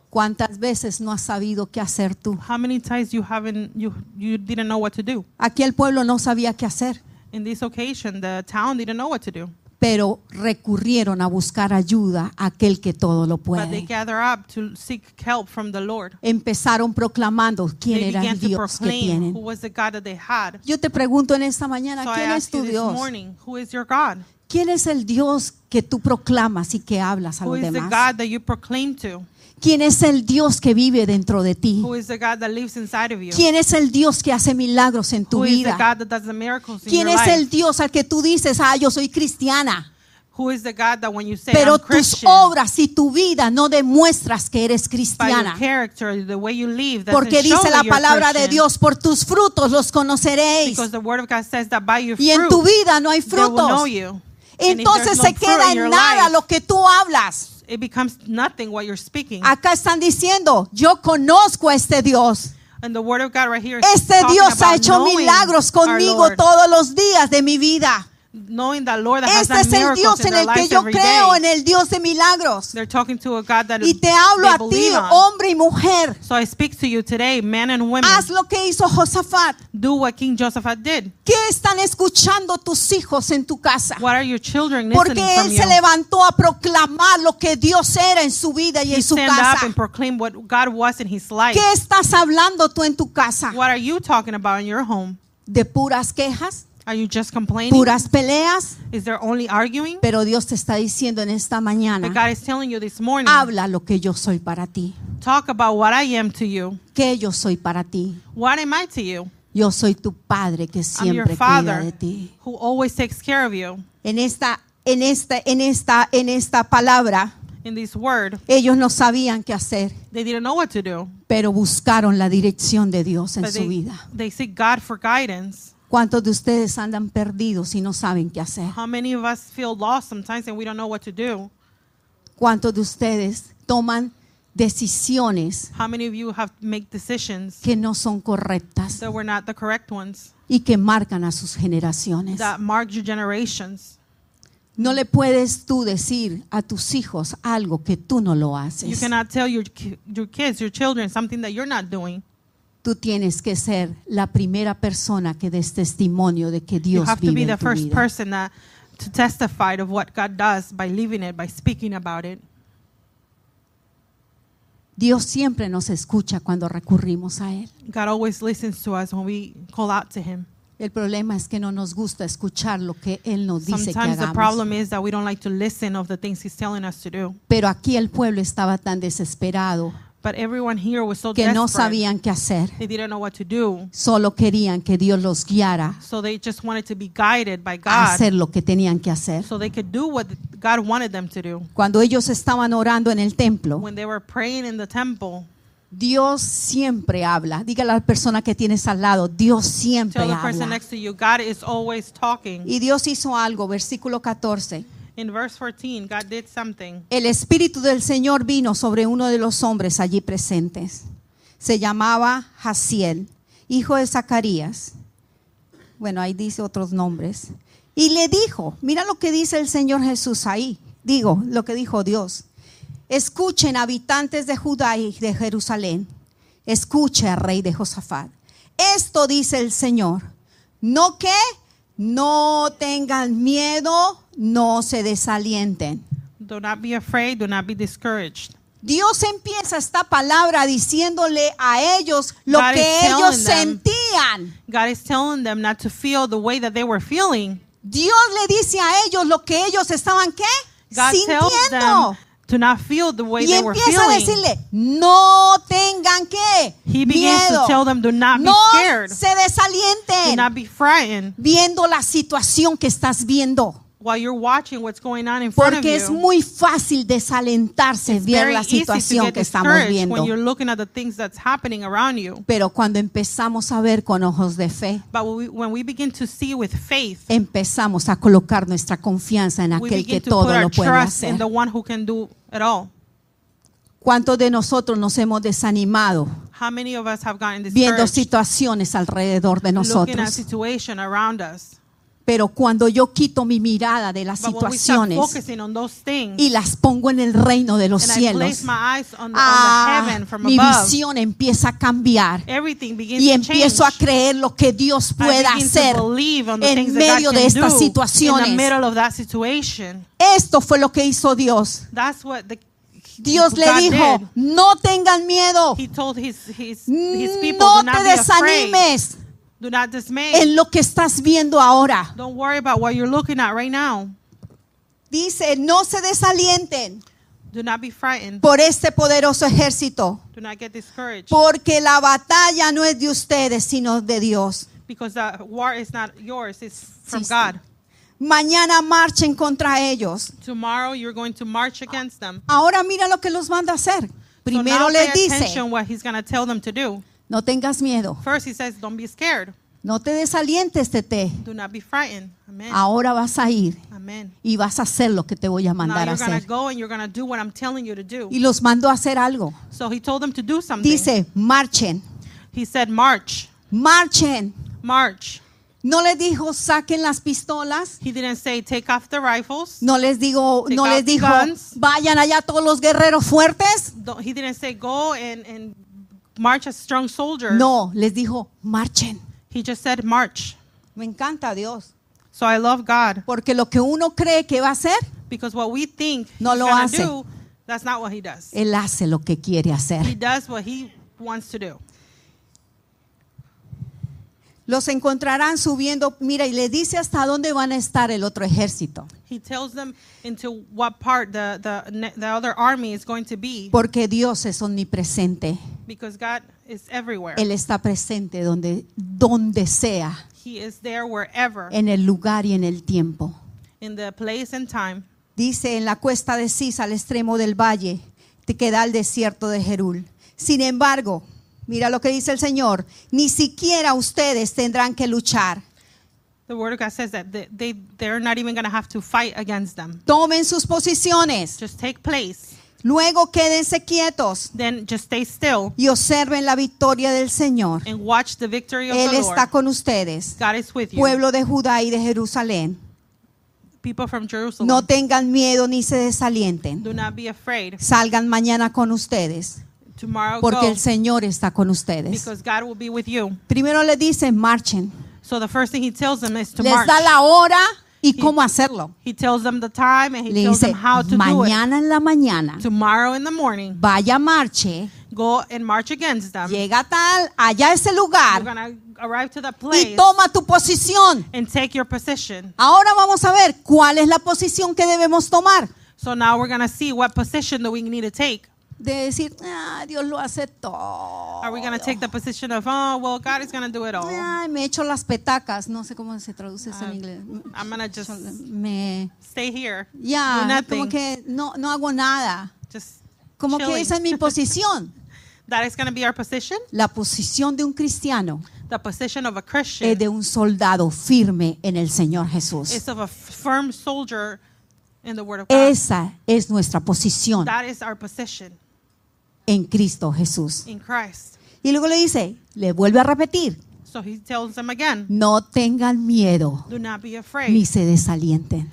¿Cuántas veces no has sabido qué hacer tú?
How many times you haven't you you didn't know what to do?
Aquí el pueblo no sabía qué hacer,
In this occasion, the town didn't know what to do.
pero recurrieron a buscar ayuda a aquel que todo lo
But they
puede.
gather up to seek help from the Lord.
Empezaron proclamando quién
They
era
began
el
to
Dios que
proclaim who
tienen.
was the God that they had.
Yo te pregunto en esta mañana,
So I
¿quién es
ask
tu
you this
Dios?
morning, who is your God?
¿Quién es el Dios que tú proclamas y que hablas a
Who
los
is the
demás?
God that you proclaim to?
¿Quién es el Dios que vive dentro de ti?
Who is the God that lives inside of you?
¿Quién es el Dios que hace milagros en tu
Who is the
vida?
God that does the miracles in
¿Quién
your
es
life?
el Dios al que tú dices, ah, yo soy cristiana?
Who is the God that when you say
Pero
I'm
tus
Christian,
obras y tu vida no demuestras que eres
by your
cristiana.
character, the way you live, doesn't
Porque
show
dice la
that you're
palabra de
Christian,
Dios, por tus frutos los conoceréis.
because the word of God says that by your
Y en
fruit,
tu vida no hay
they will know
frutos.
you. And if there's
Entonces
no
se
fruit in
queda
your
en nada
life,
lo que tú hablas.
it becomes nothing what you're speaking.
Acá están diciendo, yo conozco a este Dios.
and the word of God right here is
Este
talking
Dios ha
about
hecho
knowing
milagros
our
conmigo
Lord,
todos los días de mi vida.
knowing that Lord that has
Este
done
es el
miracles
Dios
in
en
their
el que
lives
yo
every day.
creo, en el Dios de milagros.
They're talking to a God that
Y te hablo
they
a ti, oh,
believe on.
hombre y mujer.
So I speak to you today, men and women.
Haz lo que hizo Josafat.
Do what King Josephat did.
¿Qué están escuchando tus hijos en tu casa?
What are your children listening
Porque
from
él
you?
se levantó a proclamar lo que Dios era en su vida y
He
en su
stand up
casa.
and proclaim what God was in his life.
¿Qué estás hablando tú en tu casa?
What are you talking about in your home?
¿De puras quejas?
Are you just complaining?
¿Puras peleas?
Is there only arguing?
Pero Dios te está diciendo en esta
But
mañana,
God is telling you this morning,
habla lo que yo soy para ti.
talk about what I am to you.
¿Qué yo soy para ti?
What am I to you?
Yo soy tu padre que
I'm your
siempre cuida
father
de ti.
who always takes care of you.
En esta en esta en esta en esta palabra,
In this word,
ellos no sabían qué hacer,
they didn't know what to do.
pero buscaron la dirección de Dios en
But
su
they,
vida.
they seek God for guidance.
¿Cuántos de ustedes andan perdidos y no saben qué hacer?
How many of us feel lost sometimes and we don't know what to do?
¿Cuántos de ustedes toman decisiones
How many of you have make decisions
que no son correctas
that were not the correct ones
y que marcan a sus generaciones?
that marked your generations?
No le puedes tú decir a tus hijos algo que tú no lo
You
haces.
cannot tell your ki- your kids, your children, something that you're not doing.
Tú tienes que ser la primera persona que des testimonio de que
You
Dios
have to
vive
be
en
the
tu
first
vida.
person that to testify of what God does by living it, by speaking about it.
Dios siempre nos escucha cuando recurrimos a Él.
God always listens to us when we call out to Him.
El problema es que no nos gusta escuchar lo que Él nos dice que
Sometimes the
hagamos.
problem is that we don't like to listen of the things He's telling us to do.
Pero aquí el pueblo estaba tan desesperado
But everyone here was so
que no
desperate;
sabían qué hacer.
they didn't know what to do,
Solo querían que Dios los guiara
so they just wanted to be guided by
a
God,
hacer lo que tenían que hacer.
so they could do what God wanted them to do.
Cuando ellos estaban orando en el templo,
When they were praying in the temple,
Dios siempre habla. Dígale a la persona que tienes al lado, Dios siempre
tell the person
habla.
next to you, God is always talking.
Y Dios hizo algo, versículo 14.
In verse 14, God did something.
El Espíritu del Señor vino sobre uno de los hombres allí presentes. Se llamaba Jaciel, hijo de Zacarías. Bueno, ahí dice otros nombres. Y le dijo, mira lo que dice el Señor Jesús ahí. Digo, lo que dijo Dios. Escuchen, habitantes de Judá y de Jerusalén. Escuche, rey de Josafat. Esto dice el Señor. No que no tengan miedo, no se desalienten.
Do not be afraid, do not be discouraged.
Dios empieza esta palabra diciéndole a ellos lo
God
que
is telling
ellos
them.
sentían.
God is telling them not to feel the way that they were feeling.
Dios le dice a ellos lo que ellos estaban qué?
God tells
Sintiendo.
them to not feel the way
Y
they were
empieza a
feeling.
decirle, no tengan qué
He begins to
miedo.
tell them, do not be
No
scared.
se
Do
desalienten
not be frightened
viendo la situación que estás viendo.
while you're watching what's going on in front of
Porque es
you.
muy fácil desalentarse
It's
ver
very
la
easy to
situación
get
que estamos
discouraged
viendo.
when you're looking at the things that's happening around you.
Pero cuando empezamos a ver con ojos de fe,
But when we, when we begin to see with faith,
empezamos a colocar nuestra confianza en
we
aquel
begin
que
to put
todo
our
lo puede
trust in
hacer.
the one who can do it all.
¿Cuántos de nosotros nos hemos desanimado
How many of us have gotten
viendo
discouraged
situaciones alrededor de
looking at
nosotros?
situation around us?
Pero cuando yo quito mi mirada de las
But when we start
situaciones
focusing on those things,
y las pongo en el reino de los
and I
cielos,
place my eyes on the, on
ah,
the heaven from
mi
above,
visión empieza a cambiar
everything begins
y
to change.
empiezo a creer lo que Dios
I
pueda
begin to
hacer
believe on the
en
things that God
medio de
can
estas
do In the
situaciones.
middle of that situation.
Esto fue lo que hizo Dios.
That's what the,
Dios le
God
dijo,
did.
no tengan miedo,
He told his, his, his people,
Mm, no
do not
te
be afraid.
desanimes
Do not dismay.
en lo que estás viendo ahora.
Don't worry about what you're looking at right now.
Dice, no se desalienten
Do not be frightened.
por este poderoso ejército,
Do not get discouraged.
porque la batalla no es de ustedes, sino de Dios.
Because the war is not yours, it's from
Sí, sí.
God.
Mañana marchen contra ellos.
Tomorrow you're going to march against them.
Ahora mira lo que los manda a hacer.
So now
Primero les
pay
dice,
attention what he's going to tell them to do.
no tengas miedo,
First he says, don't be scared.
no te desalientes, Tete.
Do not be frightened. Amen.
Ahora vas a ir
Amen.
y vas a hacer lo que te voy a
Now
mandar a
you're going to
hacer.
go and you're going to do what I'm telling you to do.
Y los mandó a hacer algo.
So he told them to do something.
Dice, marchen,
He said, march,
marchen.
march.
No les dijo, saquen las pistolas.
He didn't say, take off the rifles.
No les digo,
Take
no
out
les dijo,
guns.
vayan allá todos los guerreros fuertes.
Don't- He didn't say, go and, and march as strong soldiers.
No, les dijo, marchen.
He just said, march.
Me encanta Dios,
So I love God
porque lo que uno cree que va a hacer,
because what we think
No
he's
lo
gonna
hace. Eh.
do, that's not what he does.
él hace lo que quiere
He
hacer.
does what he wants to do.
Los encontrarán subiendo, mira, y le dice hasta dónde van a estar el otro ejército,
He tells them into what part the, the, ne- the other army is going to be
porque Dios es omnipresente.
because God is everywhere.
Él está presente donde donde sea,
He is there wherever,
en el lugar y en el tiempo.
in the place and time.
Dice en la cuesta de Cis, al extremo del valle, te queda el desierto de Jerul. Sin embargo, mira lo que dice el Señor, ni siquiera ustedes tendrán que luchar.
The word of God says that they, they, they're not even going to have to fight against them.
Tomen sus posiciones,
Just take place.
luego quédense quietos
Then just stay still
y observen la victoria del Señor.
and watch the victory of
Él
the
está
Lord.
con ustedes,
God is with you.
pueblo de Judá y de Jerusalén.
People from Jerusalem,
No tengan miedo ni se desalienten.
do not be afraid.
Salgan mañana con ustedes,
Tomorrow
porque
go
el Señor está con ustedes.
because God will be with you.
Primero le dicen, marchen.
So the first thing he tells them is to
les
march.
da la hora y cómo hacerlo.
He tells them the time and he
Le
tells
dice,
them how to do it.
mañana en la mañana,
Tomorrow in the morning,
vaya marche,
go and march against them.
llega a tal, allá a ese
You're
lugar
gonna arrive to the
y
place
toma tu posición.
and take your position.
Ahora vamos a ver cuál es la posición que debemos tomar.
So now we're gonna see what position do we need to take.
De decir, ah, Dios lo hace todo.
Are we gonna take the position of oh well God is gonna do it all?
Ay, me echo las petacas, no sé cómo se traduce eso
Ah.
en inglés.
I'm gonna just
Me,
stay here. do
ya,
nothing.
como que no, no hago nada.
just
Como que
chilling.
esa es mi posición.
that is gonna be our position.
La posición de un cristiano
The position of a Christian
es Eh, de un soldado firme en el Señor Jesús.
is of a f- firm soldier in the Word of God.
Esa es nuestra posición
that is our position
en Cristo Jesús.
in Christ.
Y luego le dice, le vuelve a repetir,
So he tells them again,
no tengan miedo
do not be
ni
afraid
se desalienten.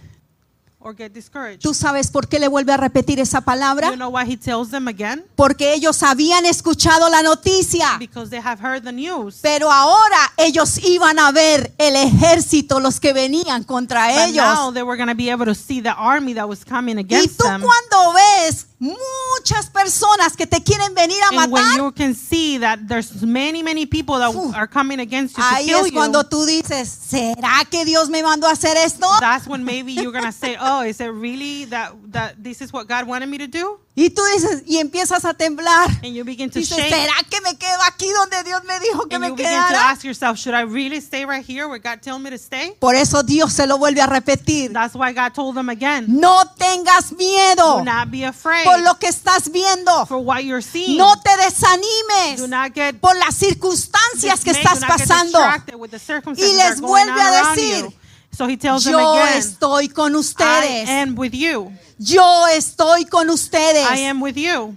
or get discouraged.
¿Tú sabes por qué le vuelve a repetir esa
You
palabra?
know why he tells them again?
Porque ellos habían escuchado la noticia,
Because they have heard the news.
pero ahora ellos iban a ver el ejército, los que venían contra
But now
ellos.
they were going to be able to see the army that was coming
Y
against
tú
them.
cuando ves muchas personas que te quieren venir a
And when
matar,
you can see that there's many, many people that
Fu.
are coming against you to
Ahí
kill
es
you,
cuando tú dices, ¿será que Dios me mandó a hacer esto?
that's when maybe you're going to say, oh, is it really that, that this is what God wanted me to do?
Y tú dices, y empiezas a temblar.
And you begin to
Dices,
shake.
¿será que me quedo aquí donde Dios me dijo que
And you
me
begin to
quedara?
ask yourself, should I really stay right here where God told me to stay?
Por eso Dios se lo vuelve a repetir.
That's why God told them again,
No tengas miedo
do not be afraid
por lo que estás viendo.
for what you're seeing.
No te
do
desanimes
not get
por las circunstancias que
dismayed,
estás
do not get
pasando.
distracted with the circumstances
Y
that
les
are going
vuelve a
on around
decir,
you. So he tells them
Yo
again,
estoy con
I
ustedes.
am with you.
Yo estoy con
I
ustedes.
am with you.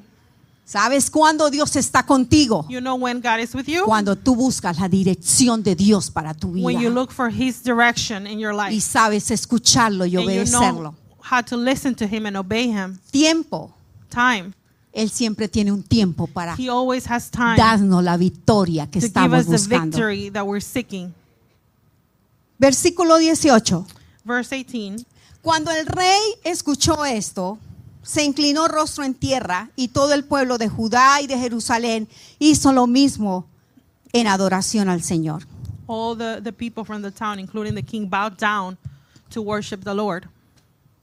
¿Sabes cuándo Dios está contigo?
You know when God is with you?
Cuando tú buscas la dirección de Dios para tu
When
vida
you look for His direction in your
y
life.
sabes escucharlo y
And you
obedecerlo.
know how to listen to Him and obey Him.
Tiempo.
Time.
Él siempre tiene un tiempo para
He always has time
darnos la victoria que
to give
estamos
us the
buscando.
victory that we're seeking.
Versículo 18.
Verse 18.
Cuando el rey escuchó esto, se inclinó rostro en tierra y todo el pueblo de Judá y de Jerusalén hizo lo mismo en adoración al Señor.
All the, the people from the town, including the king, bowed down to worship the Lord.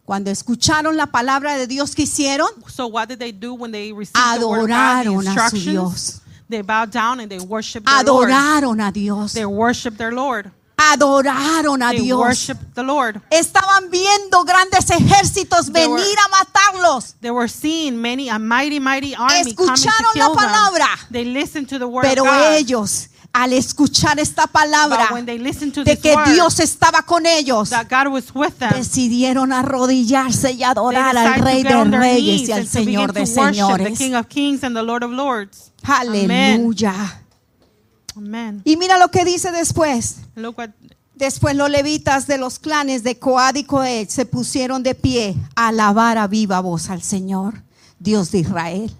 Cuando escucharon la palabra de Dios que hicieron,
So what did they do when they received the word of God, the
Adoraron a su
instructions?
Dios.
They bowed down and they worshiped their Lord.
adoraron a Dios,
They worshiped their Lord.
adoraron a
They
Dios.
worshiped the Lord.
Estaban viendo grandes ejércitos
They were-
venir a matarlos,
They were seeing many a mighty mighty army coming to
Escucharon la
kill them.
palabra.
They listened to the word
pero
of God.
ellos al escuchar esta
but
palabra
when they listened to
de
this
que
word,
Dios estaba con ellos,
that God was with them,
decidieron arrodillarse y
they
adorar al
decided
Rey
to get
de
on their
Reyes
knees
y al
and to begin
Señor
to
de
worship the
Señores.
King of Kings and the Lord of Lords. Amen.
Aleluya.
Amen.
Y mira lo que dice después.
Look what
Después los levitas de los clanes de Coad y Coed se pusieron de pie a alabar a viva voz al Señor, Dios de Israel.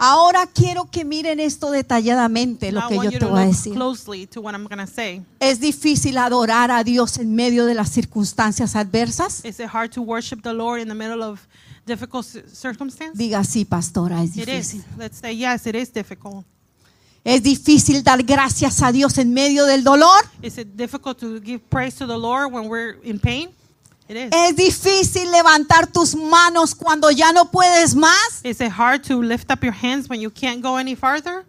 Ahora quiero que miren esto detalladamente, lo
I
que
want
yo te
you to
voy a
look
decir.
closely to what I'm going to say.
Es difícil adorar a Dios en medio de las circunstancias adversas.
Is it hard to worship the Lord in the middle of difficult ci- circumstance?
Diga sí, pastora, es
It
difícil.
is. Let's say yes, it is difficult.
Es difícil dar gracias a Dios en medio del dolor.
Is it difficult to give praise to the Lord when we're in pain? It is.
Es difícil levantar tus manos cuando ya no puedes más.
Is it hard to lift up your hands when you can't go any farther?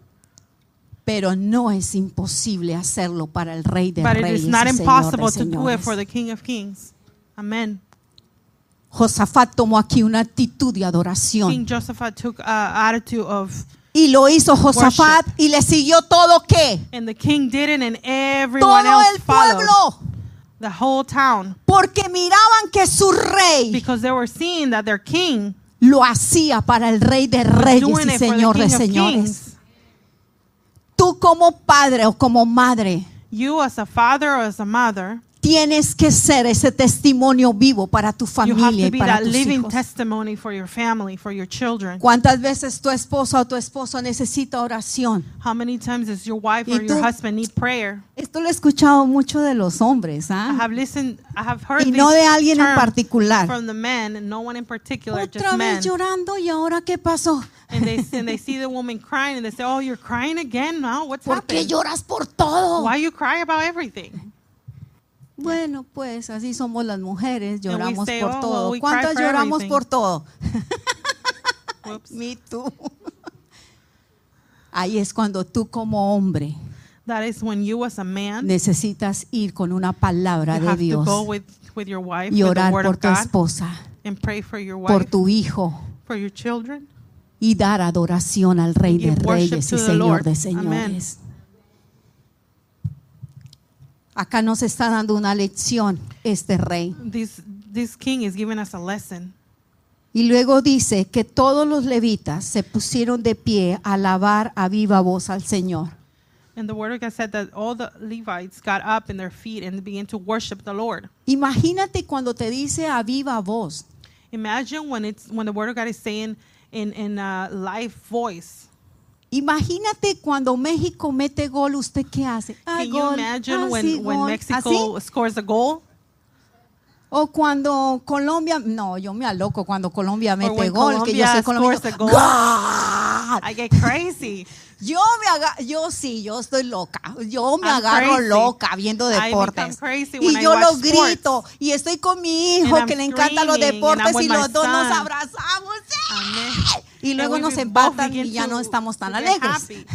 pero no es imposible hacerlo para el Rey de
But it
Reyes
is
y
not
Señor
impossible
de
to do it
Señores.
for the King of Kings. Amen.
Josafat tomó aquí una actitud de
King
adoración
Joseph took uh, attitude of,
y lo hizo Josafat y le siguió todo qué,
and the king did it, and everyone
todo
else
el
followed.
pueblo,
The whole town,
porque miraban que su rey
because they were seeing that their king
lo hacía para el Rey de
was
Reyes
doing
y
it for
Señor
the
de
King of
Señores.
Kings.
Tú como padre o como madre
You, as a father or as a mother,
tienes que ser ese testimonio vivo para tu
you have
familia
to
y
be
para
that
tus
living
hijos.
testimony for your family, for your children.
¿Cuántas veces tu esposa o tu esposo necesita oración?
How many times does your wife
Y
or your
tú-
husband need prayer?
Esto lo he escuchado mucho de los hombres,
I
¿ah?
have listened, I have heard
Y no
these
de alguien en
terms
particular.
from the men, and no one in particular,
Otra
just men.
vez llorando y ahora qué pasó?
And they and they see the woman crying, and they say, "Oh, you're crying again now. What's
¿Por qué
happening?
lloras por todo?
Why you cry about everything?"
Bueno, pues así somos las mujeres,
we
lloramos
say,
por
"Oh,
todo.
well, we cry
¿Cuántas
for
lloramos
everything?"
por
[laughs]
todo?
Whoops.
Me too. [laughs] Ahí es cuando tú como hombre
That is when you, as a man,
necesitas ir con una palabra
you
de
have to go
Dios
with with your wife,
y
with the
orar
word
por
of
tu
God,
esposa,
and pray for your
por
wife,
tu hijo
for your children.
y dar adoración al Rey de
Give worship
Reyes y
to the
Señor
Lord.
de
Amen.
Señores. Acá nos está dando una lección este rey.
This this king is giving us a lesson.
Y luego dice que todos los levitas se pusieron de pie a alabar a viva voz al Señor.
And the word of God said that all the Levites got up in their feet and began to worship the Lord.
Imagínate cuando te dice a viva voz.
Imagine when it's when the word of God is saying in in uh, live voice.
Imagínate cuando México mete gol, ¿usted qué hace? Ah,
Can you
gol.
imagine
Ah,
when,
sí,
when
gol.
Mexico
¿Así?
scores a goal?
O cuando Colombia, no, yo me aloco cuando Colombia mete
when
gol, que yo
Colombia
soy colombiano.
scores a goal.
¡Gol!
I get crazy.
Yo me aga- yo sí, yo estoy loca. Yo me
I'm
agarro
crazy.
loca viendo
I become
deportes.
crazy when
Y
I
yo
watch
lo
sports.
grito y estoy con mi hijo
I'm
que le encantan los
screaming, and I'm
deportes y
with my
los dos nos
son.
abrazamos. ¡Sí!
Amen.
[laughs] Y luego
And we
nos
both
empatan
begin
y ya [laughs]
to-
no estamos tan
to get
alegres.
happy.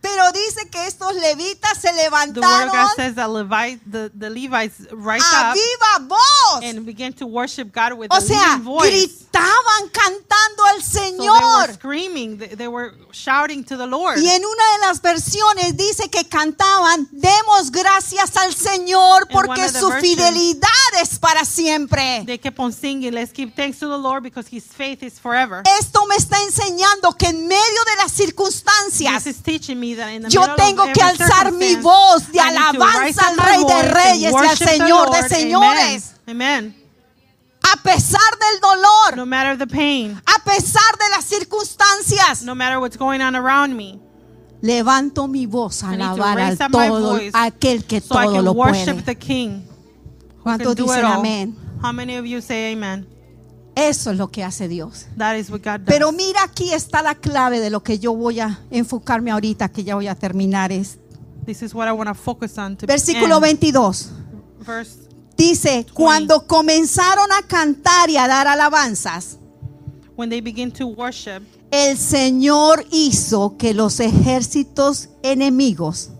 Pero dice que estos levitas se
The word of God
levantaron
says that Levi, the, the Levites rise
a
up
viva voz.
and began to worship God with
O
a
sea,
living voice.
gritaban cantando al
So they were
Señor.
screaming, they, they were shouting to the Lord.
Y en una de las versiones dice que cantaban, demos gracias al Señor
In one
porque
of the
su
versions-
fidelidad es para siempre.
They kept on singing, let's give thanks to the Lord because his faith is forever.
Esto me está enseñando que en medio de las circunstancias
This is teaching me that in the
Yo
middle
tengo
of
que
every
alzar mi
circumstance,
voz de
I need to
alabanza
rise up
al
my
Rey de
voice and
Reyes y al
worship the
Señor de
Lord. Amen.
señores.
Amen.
a pesar del dolor,
No matter the pain,
a pesar de las circunstancias,
no matter what's going on around me,
levanto mi voz a
I need to
alabar al
raise up my
todo
voice
aquel que
so I
todo
can
lo
worship
puede.
the King. who can
¿Cuántos
do it
dicen
all.
amén?
How many of you say amen?
Eso es lo que hace Dios.
That is what God does.
Pero mira, aquí está la clave de lo que yo voy a enfocarme ahorita, que ya voy a terminar. Es
this is what I want to focus on. To
versículo
end.
22.
Verse,
Dice, cuando comenzaron a cantar y a dar alabanzas,
when they begin to worship,
el Señor hizo que los ejércitos enemigos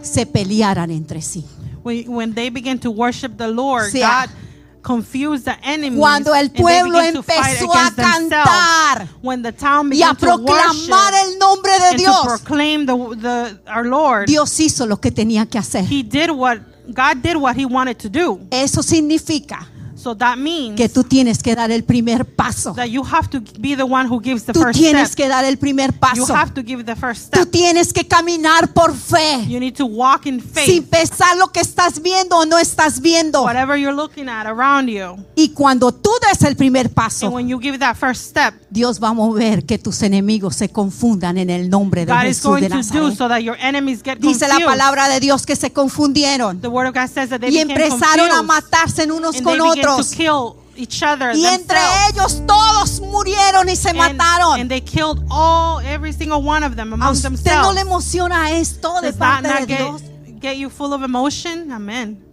se pelearan entre sí.
when, when they begin to worship the Lord,
sea,
God confused the enemies.
cuando el
and they
pueblo
begin to fight
empezó a
against themselves.
cantar
when the town
Y a
began to
proclamar
worship,
el nombre de
and to
Dios,
proclaim the, the our Lord.
Dios hizo lo que tenía que hacer.
He did what God did what He wanted to do.
Eso significa
So that means
que tú tienes que dar el primer paso.
that you have to be the one who gives the
Tú
first
tienes
step.
que dar el primer
You
paso.
have to give the first
Tú
step.
tienes que caminar por fe.
You need to walk in
Sin
faith.
pesar lo que estás viendo o no estás viendo.
Whatever you're looking at around you,
Y cuando tú des el primer
and
paso,
when you give that first step,
Dios va a mover que tus enemigos se confundan en el nombre de
God is
Jesús
going
de
to do
Nazaret.
so that your enemies get confused.
Dice la palabra de Dios que se confundieron
the word of God says that they
y
became
empezaron a
confused,
matarse en unos
and they
con
began
otros.
to kill each other
Y entre
themselves.
ellos todos murieron y se
and,
mataron.
and they killed all every single one of them
¿A
among
usted no
themselves.
le emociona esto de
Does that
parte
not
de Dios?
get, get you full of emotion? Amen.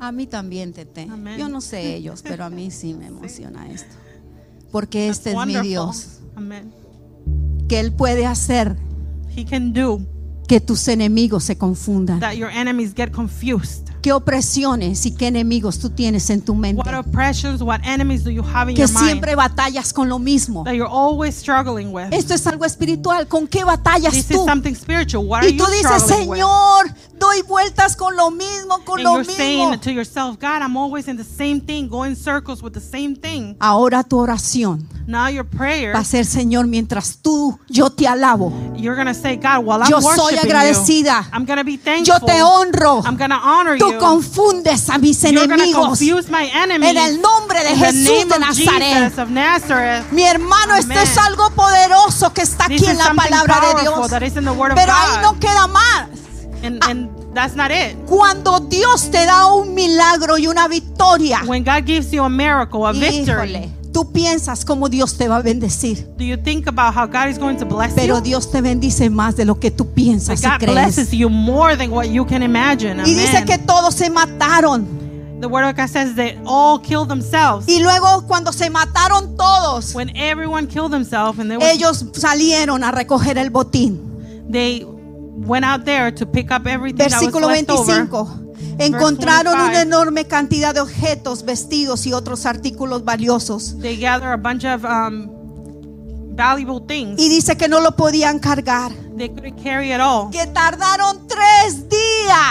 A mí también, Tete.
Amén.
Yo no sé ellos, pero a mí sí
[laughs]
me emociona esto. Porque este
That's
es mi
wonderful.
Dios,
Amen.
que Él puede hacer
He can do
que tus enemigos se confundan.
that your enemies get confused.
¿Qué opresiones y qué enemigos tú tienes en tu mente?
What oppressions, what enemies do you have in
Que
your mind
siempre batallas con lo mismo.
that you're always struggling with?
Esto es algo espiritual. ¿Con qué batallas
This is
tú?
something spiritual. What are
Y tú
you
dices,
struggling with?
Señor, doy vueltas con lo mismo, con
And
lo
you're saying
mismo.
to yourself, God, I'm always in the same thing, going circles with the same thing.
Ahora tu oración
Now your prayer,
va a ser, Señor, mientras tú, yo te alabo.
you're gonna say, God, while I'm
Yo soy
worshiping
agradecida.
you, I'm gonna be
Yo
thankful.
te honro.
I'm gonna honor
Tú
you.
confundes a mis
You're gonna
enemigos.
confuse my enemies.
En el nombre de
In the
Jesús
name
de
of
Nazaret.
Jesus of Nazareth.
Mi hermano, esto
Amén.
es algo poderoso que está
This
aquí en
is
la
something
palabra de
powerful
Dios.
that is in the Word of
Pero ahí no
God.
queda más.
And, and that's not it.
Cuando Dios te da un milagro y una victoria,
When God gives you a miracle, a victory,
Ah. híjole, tú piensas cómo Dios te va a bendecir.
do you think about how God is going to bless
Pero
you?
Dios te bendice más de lo que tú
But
piensas y
God
crees.
blesses you more than what you can imagine.
Y dice
Amen.
que todos se mataron.
The Word of God says they all killed themselves.
Y luego cuando se mataron todos,
When everyone killed themselves and they, were,
ellos salieron a recoger el botín.
they went out there to pick up everything
Versículo
that was left over.
25. Encontraron una
25.
enorme cantidad de objetos, vestidos y otros artículos valiosos.
They gather a bunch of um, valuable things.
Y dice que no lo podían cargar.
They couldn't carry it all.
Que tardaron tres
It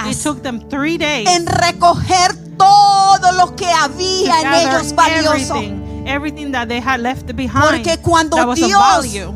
días
took them three days
en recoger todo lo que
to
había en
gather
ellos valioso.
everything, everything that they had left behind
Porque cuando
that was
Dios
of value.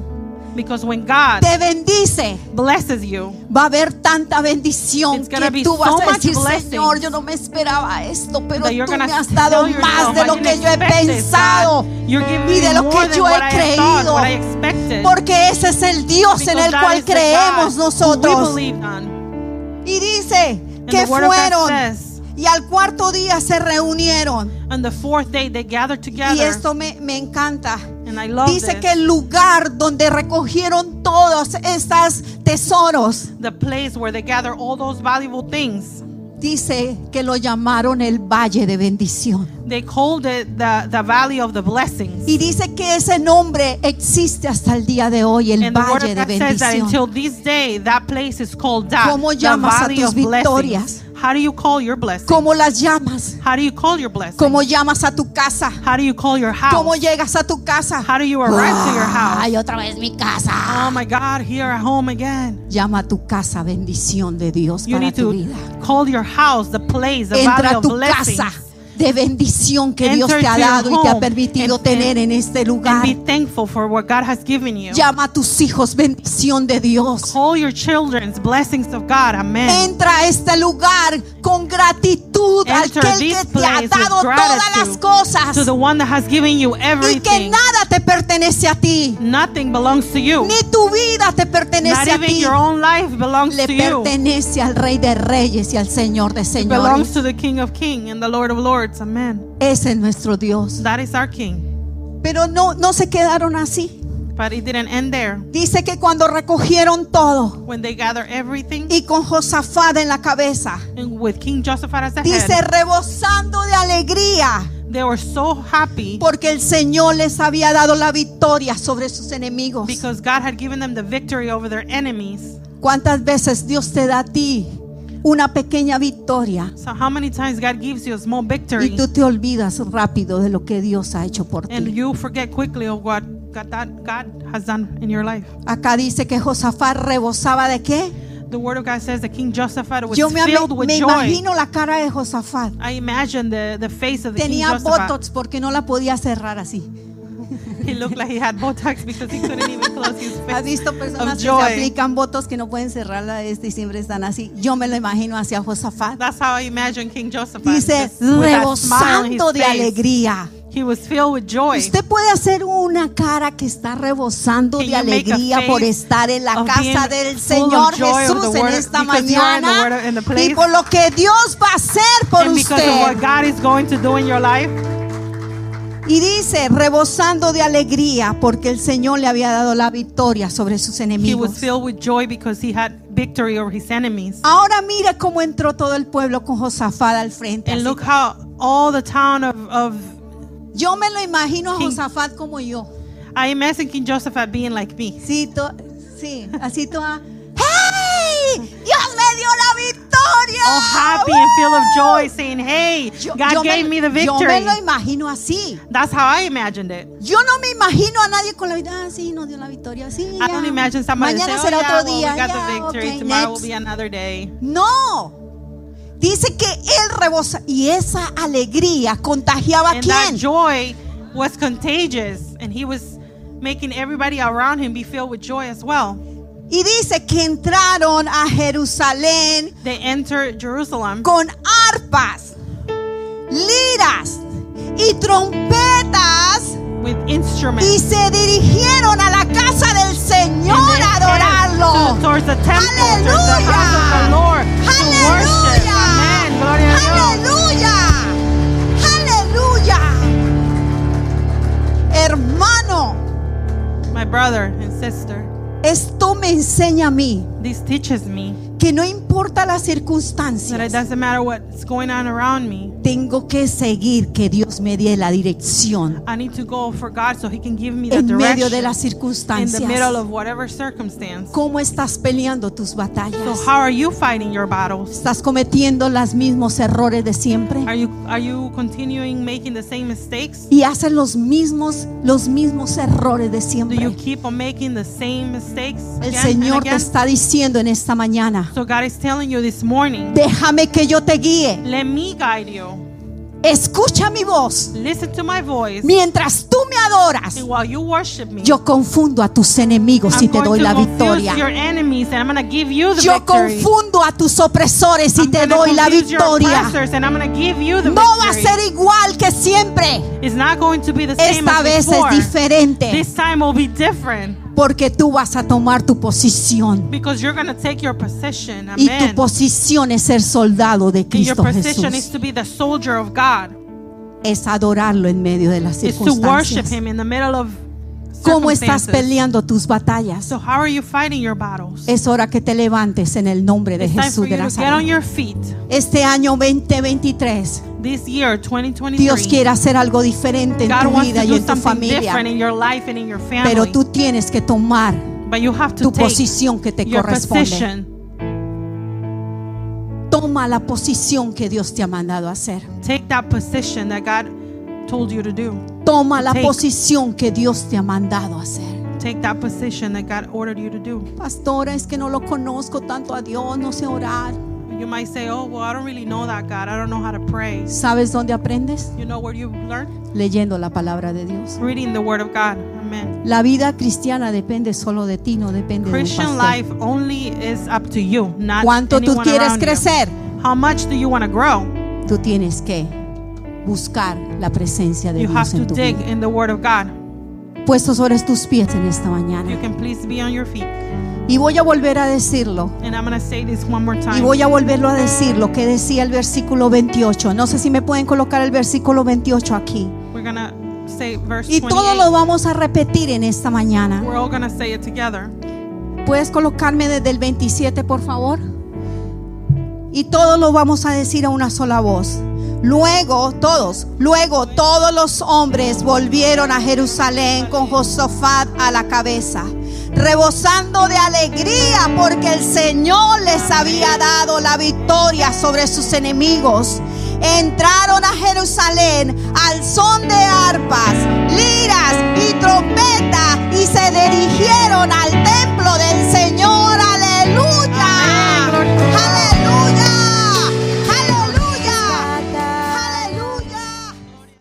Because when God
Te bendice.
blesses you,
Va a haber tanta bendición
It's gonna
que
be
tú vas
so
a
much
decir,
blessing
Señor, yo no me esperaba esto, pero
that you're
tú
gonna
me has
tell
dado
yourself,
más de
"I
lo
didn't
que yo he
expect this,
pensado
God. You're giving
y de
me
lo
more
que
than
yo
what
he
I thought,
creído.
what I expected.
Porque ese es el Dios en
Because
el
that
cual
is the God
creemos
who we
nosotros.
believe on.
Y dice
And
que
the word of God
fueron
says,
y al cuarto día se reunieron.
on the fourth day they gathered
Y
together.
esto me, me encanta.
and I love
Dice
this.
que el lugar donde recogieron todos estos tesoros
the place where they gather all those valuable things
Dice que lo llamaron el valle de bendición.
They called it the, the Valley of the Blessings.
Y dice que ese nombre existe hasta el día de hoy, el
And the word
valle
of
de
God says that
bendición.
until this day, that place is called that,
¿Cómo
the
llamas a
Valley
tus
of Blessings.
victorias?
How do you call your blessing?
¿Cómo las llamas?
How do you call your blessing?
¿Cómo llamas a tu casa?
How do you call your
¿Cómo
house?
llegas a tu casa?
How do you arrive to your house?
Ay, otra vez mi casa.
Oh my God, here at home again.
Llama a tu casa bendición de Dios
You
para
need
tu
to
vida.
call your house the place, the
Entra
Valley
a
of
tu
Blessings.
casa de bendición que Dios
Enter
te ha
to your
dado y te ha
home
permitido
and-
tener en este
And
lugar.
be thankful for what God has given you.
Llama a tus hijos bendición de Dios.
Call your children's blessings of God. Amen.
Entra a este lugar con gratitud al
Enter
que el
this
que te
place
ha
with
dado todas las
gratitude
cosas
To the one that has given you
y que
everything.
nada te pertenece a ti,
Nothing belongs to you.
ni tu vida te
Not
pertenece a
even
ti,
your own life belongs
le
to you. It
pertenece al Rey de Reyes y al Señor de
belongs
Señores.
to the King of Kings and the Lord of Lords. Amen.
Ese es nuestro Dios.
That is our King.
Pero no, no se quedaron así.
But it didn't end there.
Dice que cuando recogieron todo
When they gather everything
y con Josafat en la cabeza,
and with King Josaphat as the
dice
head,
rebosando de alegría
they were so happy
porque el Señor les había dado la victoria sobre sus enemigos.
because God had given them the victory over their enemies.
¿Cuántas veces Dios te da a ti una pequeña victoria
So how many times God gives you a small
y
victory
tú te olvidas rápido de lo que Dios ha hecho por
and
ti?
you forget quickly of what God, that God has done in your life?
Acá dice que Josafat rebosaba de qué?
The word of God says that King Josaphat was
Yo me,
filled with
me
joy.
imagino la cara de Josafat.
I imagine the, the face of the King
Tenía
Josaphat.
botox porque no la podía cerrar así.
[laughs] He looked like he had Botox because he couldn't even close his
[laughs] ¿Has
face.
visto personas que se
joy.
aplican botox que no pueden cerrarla este y siempre están así? Yo me lo imagino hacia Josafat.
That's how I imagine King Josaphat.
Dice,
just with that smile on his
rebosando de
face.
alegría.
He was filled with joy.
Usted puede hacer una cara que está rebosando
Can
de
you make a
alegría por
face
estar en la
of
casa
being
del
full of
Señor
joy of the
Jesús en
word-
esta
because you are in the
mañana
word- in the
y
place?
por lo que Dios va a hacer por
and because of
usted.
what God is going to do in your life,
Y dice, rebosando de alegría porque el Señor le había dado la victoria sobre sus
he
enemigos.
was filled with joy because he had victory over his enemies.
Ahora mira cómo entró todo el pueblo con Josafat al frente.
And
así.
look how all the town of, of
Yo me lo imagino a
King-
Josafat como yo.
I imagine King Josaphat being like me.
Sí, to- sí, así toda. ¡Hey! ¡Dios me dio la victoria!
All Oh, happy and filled of joy, saying, Hey,
Yo- yo
God gave me the
Yo me
victory.
lo imagino así.
That's how I imagined it.
Yo no me imagino a nadie con la vida. Ah, sí, nos dio la victoria. Sí,
I
ya.
don't imagine somebody
Mañana
say,
será
oh, yeah,
otro día.
well, we got
ya,
the victory.
ok,
Tomorrow
next".
will be another day.
No. Dice que él rebosa y esa alegría contagiaba a
And that
quién?
joy was contagious, and he was making everybody around him be filled with joy as well.
Y dice que entraron a Jerusalén
They entered Jerusalem
con arpas, liras y trompetas
with instruments.
y se dirigieron a la casa del Señor
and
a
their hands to-
adorarlo.
Towards the temple, towards the house of the
Aleluya.
Lord. To worship.
Aleluya.
Amen. Gloria a Dios.
Aleluya. Aleluya. Hermano,
My brother and sister,
esto me enseña a mí
this teaches me
que no importa las
that it
circunstancias,
doesn't matter what's going on around me.
tengo que seguir que Dios me dé la dirección
I need to go for God so He can give me the
en medio de
direction
las
in the middle
circunstancias.
of whatever circumstance.
¿Cómo estás peleando tus
So
batallas?
how are you fighting your battles?
¿Estás cometiendo los mismos errores de siempre?
Are you are you continuing making the same mistakes?
y hacen los mismos los mismos errores de
Do you
siempre.
keep on making the same mistakes?
El
again and
Señor te
again?
está diciendo en esta mañana,
So God is telling you this morning,
déjame que yo te guíe.
let me guide you.
Escucha mi voz.
Listen to my voice.
Mientras tú me adoras,
And while you worship me,
yo confundo a tus enemigos
I'm
y te
going
doy
to
la
confuse your
victoria.
enemies and I'm going to give you the
Yo
victory.
confundo a tus opresores y
I'm
te
gonna
doy la
confuse your
victoria.
oppressors and I'm going to give you the
No va a
victory.
ser igual que siempre.
It's not going to be the same
Esta
as
vez es
before.
diferente
This time will be different
porque tú vas a tomar tu posición
because you're going to take your position.
y
Amen.
tu posición es ser soldado de
And your
Cristo
position
Jesús.
is to be the soldier of God.
es adorarlo en medio de las
It's to worship
circunstancias.
Him in the middle of
¿Cómo estás
circumstances.
peleando tus batallas?
So how are you fighting your battles?
Es hora que te levantes en el nombre de
it's time for
Jesús de
you to get on
Nazaret.
your feet.
Este año 2023,
This year, 2023,
Dios quiere hacer algo diferente en
God
tu
wants
vida
to
y
do
en tu
something
familia.
different in your life and in your family.
Pero tú tienes que tomar
but you have to
tu
take
posición que te
your
corresponde.
position.
Toma la posición que Dios te ha mandado a hacer.
Take that position that God told you to do.
Toma la
Take.
posición que Dios te ha mandado a hacer.
Take that position that God ordered you to do.
Pastora, es que no lo conozco tanto a Dios, no sé orar.
You might say, "Oh, well, I don't really know that God. I don't know how to pray."
¿Sabes dónde aprendes?
You know where you learn?
Leyendo la palabra de Dios.
Reading the Word of God. Amen.
La vida cristiana depende solo de ti, no depende de
Christian
pastor.
life only is up to you, not
¿Cuánto tú
anyone
quieres
around you.
crecer?
How much do you want to grow?
Tú tienes que buscar la presencia de
You have
Dios
to
en tu
dig
vida.
in the Word of God.
Puestos sobre tus pies en esta
You
mañana.
can please be on your feet.
Y voy a volver a decirlo.
And I'm going to say this one more
Y
time.
voy a volverlo a decir lo que decía el versículo 28. No sé si me pueden colocar el versículo 28 aquí.
We're going to say verse
Y todo lo
28.
vamos a repetir en esta mañana.
We're all going to say it together.
¿Puedes colocarme desde el 27, por favor? Y todos lo vamos a decir a una sola voz. Luego, todos, luego todos los hombres volvieron a Jerusalén con Josafat a la cabeza, rebosando de alegría porque el Señor les había dado la victoria sobre sus enemigos. Entraron a Jerusalén al son de arpas, liras y trompetas y se dirigieron al templo del Señor.